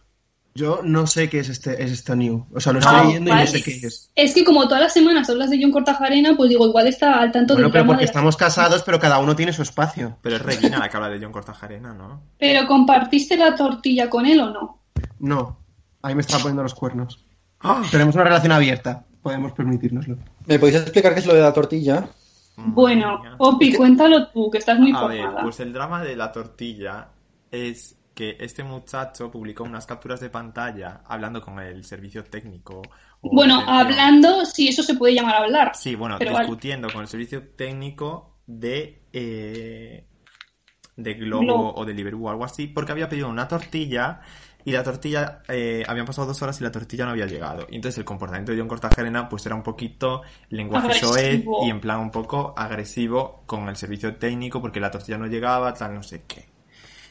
Speaker 4: Yo no sé qué es este, es esta new. O sea, lo estoy
Speaker 5: Ah,
Speaker 4: leyendo y
Speaker 5: vale.
Speaker 4: no sé qué es.
Speaker 5: Es que como todas las semanas hablas de John Cortajarena, pues digo, igual está al tanto
Speaker 4: Bueno,
Speaker 5: del
Speaker 4: pero
Speaker 5: drama
Speaker 4: porque
Speaker 5: de la-
Speaker 4: estamos casados, pero cada uno tiene su espacio.
Speaker 3: Pero es Regina la que habla de John Cortajarena, ¿no?
Speaker 5: Pero ¿compartiste la tortilla con él o no?
Speaker 4: No, ahí me está poniendo los cuernos.
Speaker 3: ¡Ah!
Speaker 4: Tenemos una relación abierta, podemos permitirnoslo.
Speaker 2: ¿Me podéis explicar qué es lo de la tortilla?
Speaker 3: Madre
Speaker 5: Bueno,
Speaker 3: mía.
Speaker 5: Opi, cuéntalo tú, que estás muy
Speaker 3: A ver,
Speaker 5: informada.
Speaker 3: pues el drama de la tortilla es que este muchacho publicó unas capturas de pantalla hablando con el servicio técnico. o
Speaker 5: bueno,
Speaker 3: atención.
Speaker 5: hablando, si eso se puede llamar hablar.
Speaker 3: Sí, bueno,
Speaker 5: pero vale.
Speaker 3: discutiendo con el servicio técnico de. eh, de Globo,
Speaker 5: Globo.
Speaker 3: o de Deliveroo o algo así, porque había pedido una tortilla y la tortilla. eh, habían pasado dos horas y la tortilla no había llegado. Y entonces el comportamiento de John Cortajarena, pues era un poquito lenguaje soez
Speaker 5: Agresivo.
Speaker 3: y en plan un poco agresivo con el servicio técnico porque la tortilla no llegaba, tal, no sé qué.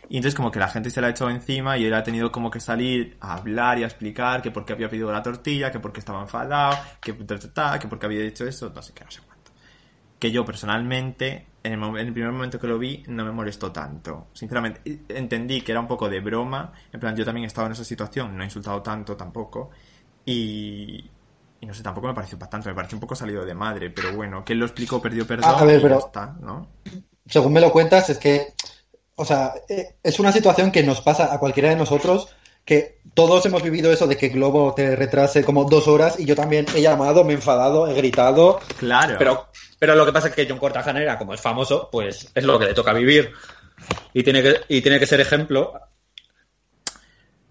Speaker 3: Y entonces como que la gente se la ha echado encima y él ha tenido como que salir a hablar y a explicar que por qué había pedido la tortilla, que por qué estaba enfadado, que, ta, ta, ta, que por qué había dicho eso, no sé qué, no sé cuánto. Que yo personalmente, en el, mom- en el primer momento que lo vi, no me molestó tanto. Sinceramente, y- entendí que era un poco de broma. En plan, yo también he estado en esa situación, no he insultado tanto tampoco. Y... Y no sé, tampoco me pareció para tanto, me pareció un poco salido de madre, pero bueno, que él lo explicó, perdió perdón
Speaker 2: Ah, a ver,
Speaker 3: y ya
Speaker 2: pero-
Speaker 3: está, ¿no?
Speaker 2: según me lo cuentas, es que, o sea, eh, es una situación que nos pasa a cualquiera de nosotros, que todos hemos vivido eso de que Globo te retrase como dos horas y yo también he llamado, me he enfadado, he gritado.
Speaker 3: Claro.
Speaker 10: Pero, pero lo que pasa es que John Cortajanera, como es famoso, pues es lo que le toca vivir. Y tiene que, y tiene que ser ejemplo.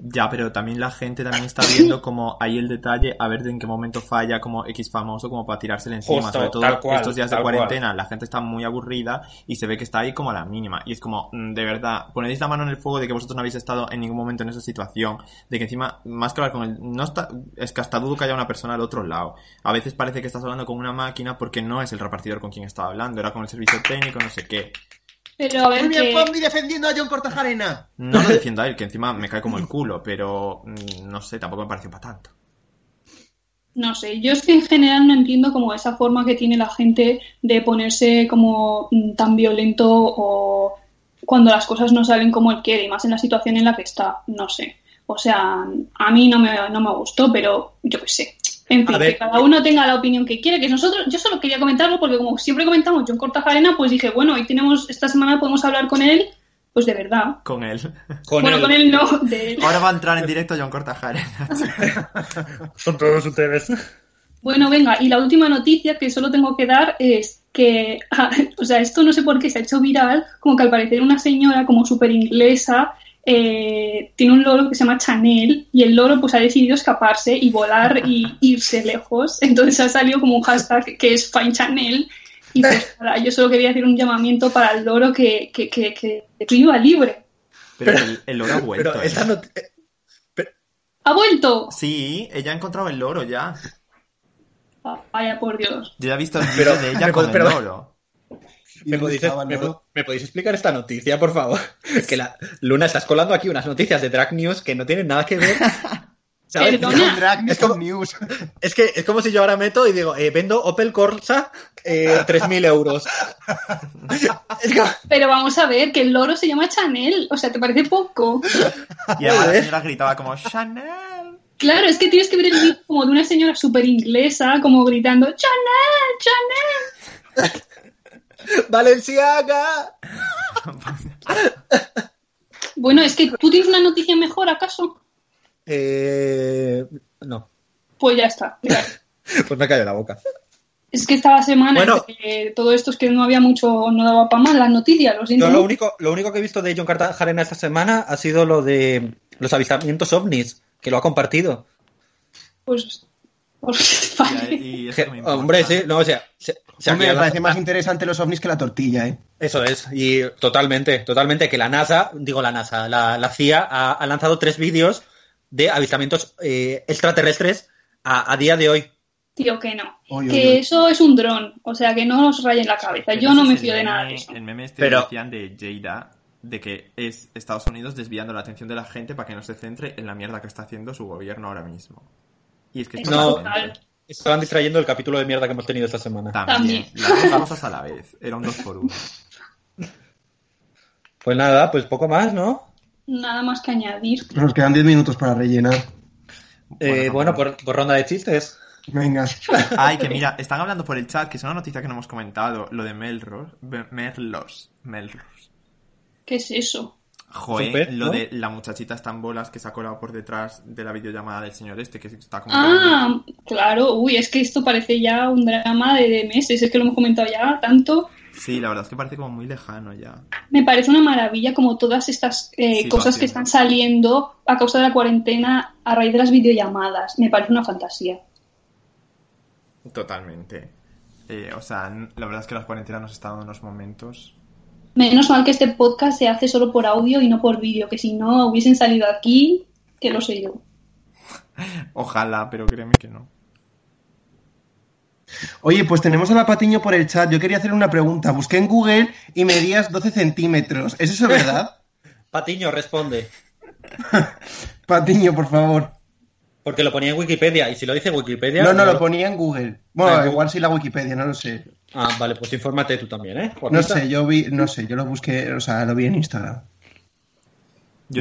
Speaker 3: Ya, pero también la gente también está viendo como ahí el detalle, a ver de en qué momento falla como X famoso, como para tirársele encima.
Speaker 10: Justo,
Speaker 3: Sobre todo
Speaker 10: tal cual,
Speaker 3: estos días de
Speaker 10: tal cual.
Speaker 3: cuarentena, la gente está muy aburrida y se ve que está ahí como a la mínima. Y es como, mm, de verdad, ponéis la mano en el fuego de que vosotros no habéis estado en ningún momento en esa situación. De que encima, más que hablar con él, no está, es que hasta dudo que haya una persona al otro lado. A veces parece que estás hablando con una máquina porque no es el repartidor con quien estaba hablando, era con el servicio técnico, no sé qué.
Speaker 5: Pero a ver, que-
Speaker 4: defendiendo a John Cortajarena.
Speaker 3: No lo defiendo a él, que encima me cae como el culo, pero mm, no sé, tampoco me pareció para tanto.
Speaker 5: No sé, yo es que en general no entiendo como esa forma que tiene la gente de ponerse como mm, tan violento o cuando las cosas no salen como él quiere y más en la situación en la que está, no sé. O sea, a mí no me, no me gustó, pero yo qué sé. En fin,
Speaker 10: A ver.
Speaker 5: que cada uno tenga la opinión que quiere, que nosotros, yo solo quería comentarlo porque como siempre comentamos John Cortajarena, pues dije, bueno, hoy tenemos, esta semana podemos hablar con él, pues de verdad.
Speaker 3: Con él.
Speaker 10: Con
Speaker 5: bueno,
Speaker 10: el-
Speaker 5: con él no, de él.
Speaker 3: Ahora va a entrar en directo John Cortajarena.
Speaker 10: Son todos ustedes.
Speaker 5: Bueno, venga, y la última noticia que solo tengo que dar es que, [laughs] o sea, esto no sé por qué se ha hecho viral, como que al parecer una señora como súper inglesa eh, tiene un loro que se llama Chanel y el loro pues ha decidido escaparse y volar y irse lejos, [laughs] entonces ha salido como un hashtag que es Find Chanel y pues nada, yo solo quería hacer un llamamiento para el loro que, que, que, que viva libre.
Speaker 3: Pero el, el loro ha vuelto.
Speaker 2: Pero
Speaker 3: ¿eh?
Speaker 2: esta not- eh,
Speaker 5: ¡Ha vuelto!
Speaker 3: Sí, ella ha encontrado el loro ya.
Speaker 5: Ah, Vaya por Dios.
Speaker 3: Yo ya he visto el vídeo de ella con
Speaker 10: pero-
Speaker 3: el loro.
Speaker 2: ¿Me podéis, me po- me podéis explicar esta noticia, por favor? [laughs] Que la Luna, estás colando aquí unas noticias de Drag News que no tienen nada que
Speaker 5: [laughs]
Speaker 2: ver. ¿Sabes?
Speaker 5: Perdona.
Speaker 4: Es
Speaker 2: Es como-
Speaker 4: [laughs] news.
Speaker 2: Es que es como si yo ahora meto y digo, eh, vendo Opel Corsa eh, [laughs] 3.000 euros. Es como-
Speaker 5: Pero vamos a ver, que el loro se llama Chanel. O sea, ¿te parece poco?
Speaker 3: Y además la señora gritaba como Chanel.
Speaker 5: Claro, es que tienes que ver el vídeo como de una señora súper inglesa, como gritando, Chanel, Chanel.
Speaker 2: ¡Valenciaga!
Speaker 5: Bueno, es que tú tienes una noticia mejor, ¿acaso?
Speaker 2: Eh, no,
Speaker 5: Pues ya está. mira.
Speaker 2: pues me cayó la boca.
Speaker 5: Es que esta semana
Speaker 2: Bueno.
Speaker 5: entre todo esto es que no había mucho, no daba para más las noticias, lo siento.
Speaker 2: Yo lo único, lo único que he visto de John Cartagena esta semana ha sido lo de los avistamientos ovnis, que lo ha compartido.
Speaker 5: Pues, pues, [laughs]
Speaker 3: Y,
Speaker 5: vale.
Speaker 3: y eso
Speaker 2: Que-
Speaker 3: no me importa.
Speaker 2: hombre, sí, no, o sea, se, se ha
Speaker 4: Hombre, me
Speaker 2: creado la-
Speaker 4: parece más interesante los ovnis que la tortilla, ¿eh?
Speaker 2: Eso es, y totalmente, totalmente que la NASA, digo la NASA, la, la CIA ha, ha lanzado tres vídeos de avistamientos eh, extraterrestres a, a día de hoy.
Speaker 5: Tío, que no.
Speaker 4: Oy, oy,
Speaker 5: que
Speaker 4: oy.
Speaker 5: eso es un dron, o sea, que no os rayen la cabeza.
Speaker 3: Pero
Speaker 5: Yo
Speaker 3: ese
Speaker 5: no me
Speaker 3: es el
Speaker 5: fío de nada
Speaker 3: meme-
Speaker 5: de eso.
Speaker 3: El meme este
Speaker 2: Pero-
Speaker 3: que decían de Jada, de que es Estados Unidos desviando la atención de la gente para que no se centre en la mierda que está haciendo su gobierno ahora mismo. Y es que
Speaker 5: Es
Speaker 3: esto es
Speaker 2: total.
Speaker 3: totalmente-
Speaker 2: Estaban distrayendo el capítulo de mierda que hemos tenido esta semana.
Speaker 3: También.
Speaker 5: También.
Speaker 3: Las dos cosas a la vez. Era un 2 por 1
Speaker 2: Pues nada, pues poco más, ¿no?
Speaker 5: Nada más que añadir.
Speaker 4: Nos quedan 10 minutos para rellenar.
Speaker 2: Eh, Bueno, por, por ronda de chistes.
Speaker 4: Venga.
Speaker 3: Ay, que mira, están hablando por el chat, que es una noticia que no hemos comentado, lo de Melrose. Be- Merlos. Melrose.
Speaker 5: ¿Qué es eso?
Speaker 3: Joé,
Speaker 2: Su pez,
Speaker 3: lo
Speaker 2: ¿no?
Speaker 3: de la muchachita está en bolas que se ha colado por detrás de la videollamada del señor este, que está como...
Speaker 5: Ah, claro, uy, es que esto parece ya un drama de, de meses, es que lo hemos comentado ya tanto.
Speaker 3: Sí, la verdad es que parece como muy lejano ya.
Speaker 5: Me parece una maravilla como todas estas eh,
Speaker 3: Sí,
Speaker 5: cosas
Speaker 3: lo
Speaker 5: que
Speaker 3: entiendo.
Speaker 5: están saliendo a causa de la cuarentena a raíz de las videollamadas. Me parece una fantasía.
Speaker 3: Totalmente. Eh, o sea, n- la verdad es que las cuarentenas nos están dando unos momentos.
Speaker 5: Menos mal que este podcast se hace solo por audio y no por vídeo, que si no hubiesen salido aquí, que lo sé yo.
Speaker 3: Ojalá, pero créeme que no.
Speaker 4: Oye, pues tenemos a la Patiño por el chat. Yo quería hacerle una pregunta. Busqué en Google y medías 12 centímetros. ¿Es eso verdad?
Speaker 5: [laughs]
Speaker 2: Patiño responde,
Speaker 4: Patiño, por favor.
Speaker 2: porque lo ponía en Wikipedia, y si lo dice Wikipedia...
Speaker 4: No, no, lo ponía en Google.
Speaker 2: Ah, en
Speaker 4: Bueno,
Speaker 2: Google.
Speaker 4: igual sí la Wikipedia, no lo sé.
Speaker 2: Ah, vale, pues infórmate tú también, ¿eh?
Speaker 4: No
Speaker 2: Juanita.
Speaker 4: sé, yo vi, no sé, yo lo busqué, o sea, lo vi en Instagram.
Speaker 3: Yo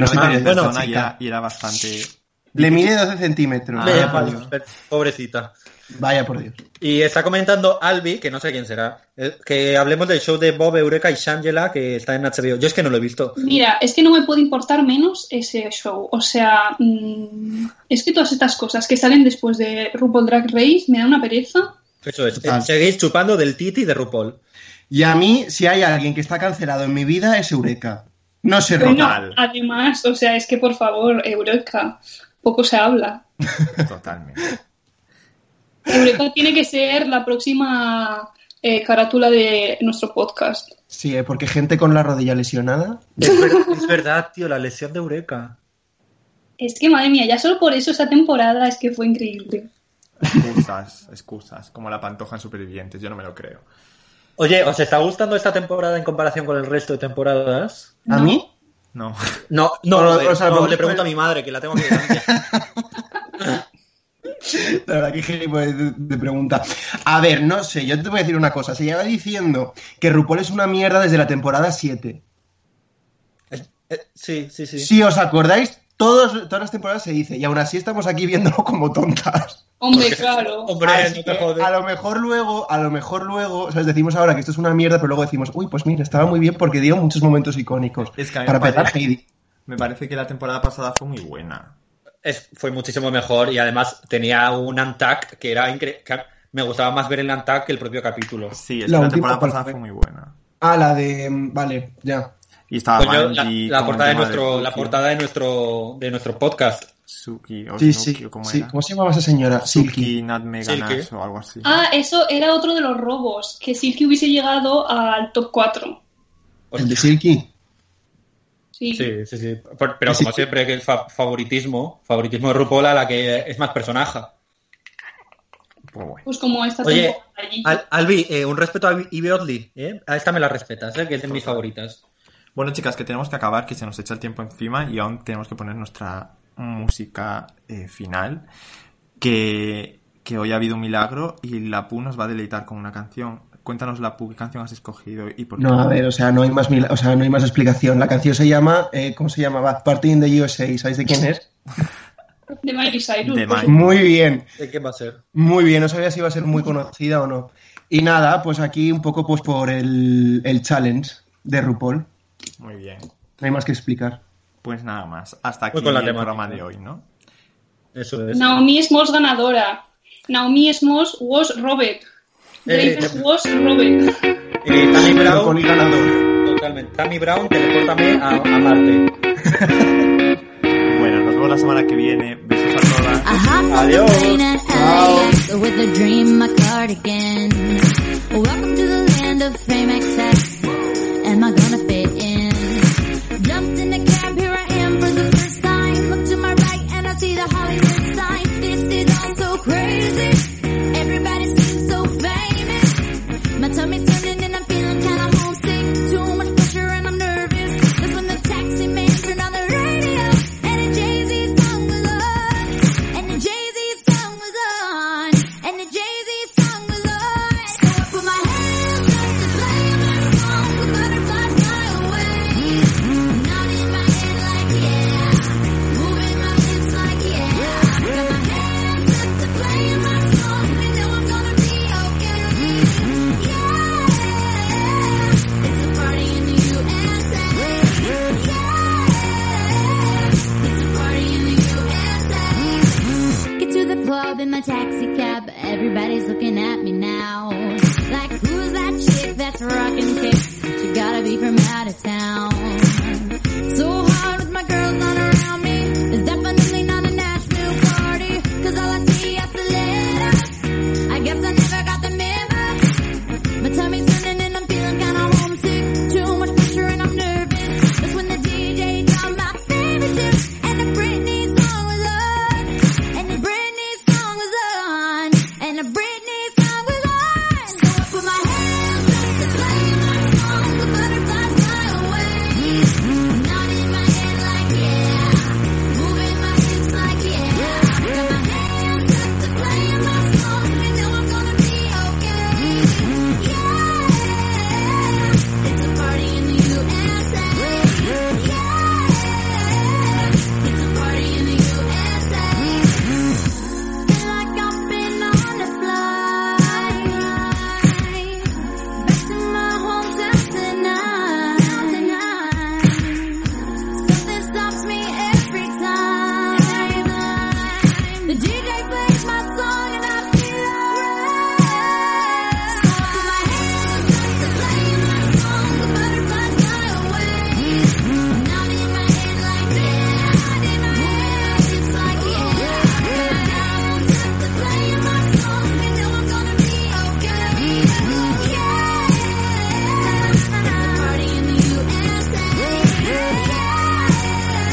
Speaker 4: No
Speaker 3: no,
Speaker 4: sé
Speaker 3: vi
Speaker 4: qué
Speaker 3: en
Speaker 4: decir,
Speaker 3: persona y
Speaker 4: chica.
Speaker 3: era, y era bastante...
Speaker 4: [laughs] Le mide 12 centímetros.
Speaker 3: Ah,
Speaker 2: Ve,
Speaker 4: Vaya
Speaker 3: vale.
Speaker 4: por
Speaker 2: vale,
Speaker 4: Dios.
Speaker 2: pobrecita.
Speaker 4: Vaya por Dios.
Speaker 2: Y está comentando Albi, que no sé quién será, eh, que hablemos del show de Bob Eureka y Shangela, que está en HBO. Yo es que no lo he visto.
Speaker 5: Mira, es que no me puede importar menos ese show. O sea, mm, es que todas estas cosas que salen después de RuPaul Drag Race me da una pereza.
Speaker 2: Eso es.
Speaker 4: Total.
Speaker 2: Eh, Seguís chupando del Titi y de RuPaul.
Speaker 4: Y a mí, si hay alguien que está cancelado en mi vida, es Eureka. No se
Speaker 5: Bueno,
Speaker 4: rota.
Speaker 3: Total.
Speaker 5: además, o sea, es que por favor, Eureka, poco se habla.
Speaker 3: Totalmente.
Speaker 5: Eureka tiene que ser la próxima eh, carátula de nuestro podcast.
Speaker 4: Sí, ¿eh? porque gente con la rodilla lesionada.
Speaker 2: Es, ver- es verdad, tío, la lesión de Eureka.
Speaker 5: Es que, madre mía, ya solo por eso esa temporada es que fue increíble.
Speaker 3: Excusas, excusas. Como la pantoja en Supervivientes, yo no me lo creo.
Speaker 2: Oye, ¿os está gustando esta temporada en comparación con el resto de temporadas?
Speaker 4: ¿A
Speaker 5: No.
Speaker 4: mí?
Speaker 3: No.
Speaker 2: No, no,
Speaker 4: O-
Speaker 2: joder,
Speaker 4: o sea,
Speaker 2: no,
Speaker 4: pregunto-
Speaker 2: le pregunto a mi madre, que la tengo que
Speaker 4: La verdad que gilipollas de, de pregunta. A ver, no sé, yo te voy a decir una cosa. Se lleva diciendo que RuPaul es una mierda desde la temporada 7.
Speaker 2: [laughs] Eh, sí, sí, sí,
Speaker 4: Si os acordáis, todos, todas las temporadas se dice, y aún así estamos aquí viéndolo como tontas.
Speaker 5: Hombre, claro.
Speaker 2: Hombre,
Speaker 4: Así
Speaker 2: no
Speaker 4: que,
Speaker 2: te jodes.
Speaker 4: Eh, a lo mejor luego, a lo mejor luego, ¿sabes? decimos ahora que esto es una mierda, pero luego decimos, uy, pues mira, estaba muy bien porque dio muchos momentos icónicos.
Speaker 3: Es que a mí
Speaker 4: Para
Speaker 3: me
Speaker 4: petar
Speaker 3: parece-
Speaker 4: Heidi.
Speaker 3: Me parece que la temporada pasada fue muy buena.
Speaker 2: Es- fue muchísimo mejor y además tenía un Antac que era increíble. Me gustaba más ver el Antac que el propio capítulo.
Speaker 3: Sí, es
Speaker 4: La
Speaker 3: que la
Speaker 4: última
Speaker 3: temporada
Speaker 4: cuál
Speaker 3: pasada
Speaker 4: fue.
Speaker 3: fue muy buena.
Speaker 4: Ah, la de... mm, Vale, ya.
Speaker 3: Y estaba
Speaker 2: Coño, Pues la,
Speaker 3: Bungie
Speaker 2: la
Speaker 3: con el
Speaker 2: portada de
Speaker 3: tema
Speaker 2: nuestro, la
Speaker 3: Suki.
Speaker 2: portada de nuestro, de nuestro podcast.
Speaker 3: Suki, o
Speaker 4: Sí,
Speaker 3: Snuki,
Speaker 4: sí.
Speaker 3: o ¿cómo
Speaker 4: sí.
Speaker 3: era?
Speaker 4: ¿Cómo se llamaba esa señora? Silky.
Speaker 3: Suki, Nat Meganas
Speaker 2: Silky.
Speaker 3: o algo así.
Speaker 5: Ah, eso era otro de los robos, que Silky hubiese llegado al top 4.
Speaker 4: El de Silky.
Speaker 5: Sí.
Speaker 2: Sí, sí, sí. Por- Pero
Speaker 4: Sí,
Speaker 2: como
Speaker 4: sí.
Speaker 2: siempre, que el fa- favoritismo, favoritismo de RuPaul a la que es más personaje.
Speaker 3: Pues bueno.
Speaker 5: Pues como esta
Speaker 11: Oye,
Speaker 5: temporada allí.
Speaker 11: Al- Albi, eh, un respeto a Ivy Oddly, ¿eh? A esta me la respetas, ¿eh? que es de mis favoritas.
Speaker 3: Bueno, chicas, que tenemos que acabar, que se nos echa el tiempo encima y aún tenemos que poner nuestra música eh, final. Que, que hoy ha habido un milagro y la Pu nos va a deleitar con una canción. Cuéntanos, la Pu, qué canción has escogido y por qué.
Speaker 4: No, a ver, o sea, no hay más, mil- o sea, no hay más explicación. La canción se llama, eh, ¿cómo se llamaba? Party in the USA, ¿sabéis de quién es?
Speaker 5: de Miley Cyrus.
Speaker 3: de
Speaker 5: pues,
Speaker 3: Miley.
Speaker 4: Muy bien,
Speaker 11: ¿De qué va a ser?
Speaker 4: muy bien. No sabía si iba a ser muy conocida o no. Y nada, pues aquí un poco pues por el, el challenge de RuPaul.
Speaker 3: Muy bien.
Speaker 4: No hay más que explicar.
Speaker 3: Pues nada más. Hasta aquí
Speaker 11: Voy con la
Speaker 3: el
Speaker 11: temática.
Speaker 3: programa de hoy, ¿no?
Speaker 11: Eso es.
Speaker 5: Naomi Smalls ganadora. Naomi Smalls was Robert.
Speaker 11: Eh,
Speaker 5: Davis was Robert.
Speaker 11: Eh, Tammy
Speaker 4: Pero con
Speaker 11: Brown,
Speaker 4: el ganador.
Speaker 11: totalmente. Tammy Brown, telepórtame a, a Marte.
Speaker 3: Bueno, nos vemos la semana que viene. Besos a todas.
Speaker 12: I hop on the plane at LAX with a dream in my cardigan. Welcome to the land of frame access. Am I gonna fit in? Jumped in the cab, here I am for the first time. Look to my right and I see the Hollywood sign. This is all so crazy. Everybody seems so famous. My tummy's turning and I'm feeling kinda homesick. Too much pressure and I'm nervous. That's when the taxi man turned on the radio and the Jay-Z song was on. And the Jay-Z song was on. And the Jay-Z song was on. So I put my hands up to play my song. The butterflies fly away. Nodding my head like yeah. Moving my hips like yeah. Got my hands up to play my song. They know I'm gonna be okay. Yeah, it's a party in the USA. Yeah, it's a party in the USA. Get to the club in my taxi cab. Everybody's looking at me now. Like who's that chick that's rocking kicks? She gotta be from out of town. So hard with my girls not around me. It's definitely not a Nashville party. Cause all I see are stilettos. I guess I never got the memo. My tummy's turning and I'm feeling kinda homesick. Too much pressure and I'm nervous. That's when the DJ dropped my favorite tune. And the Britney song was on. And the Britney song was on. And the Britney song was on. So I put my hands up to play my song. The butterflies fly away. Nodding my head like yeah, moving my hips like yeah. Got my hands up to play my song, and know I'm gonna be okay. Yeah, it's a party in the USA. Yeah, it's a party in the USA. Feel like I've been on a flight. Back to my hometown tonight. Something stops me every time. The DJ plays my song and I feel alright. So I put my hands up to play my song. The butterflies fly away. Nodding my head like yeah, moving my hips like yeah. Put my hands up to play my song. You know I'm gonna be okay. Yeah, it's a party in the USA. Yeah, it's a party in the USA.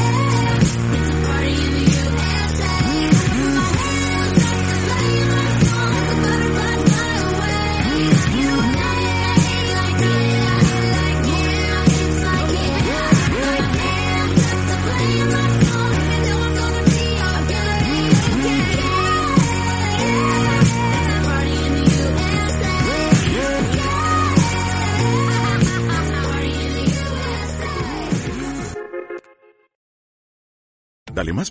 Speaker 12: Put my hands up to play my song. The butterflies fly away. You know I'm like yeah, like yeah, it's like yeah. Put my hands up to play my song. You know I'm gonna be okay. Yeah, yeah, it's a party in the USA. Party in the USA.
Speaker 13: Dale más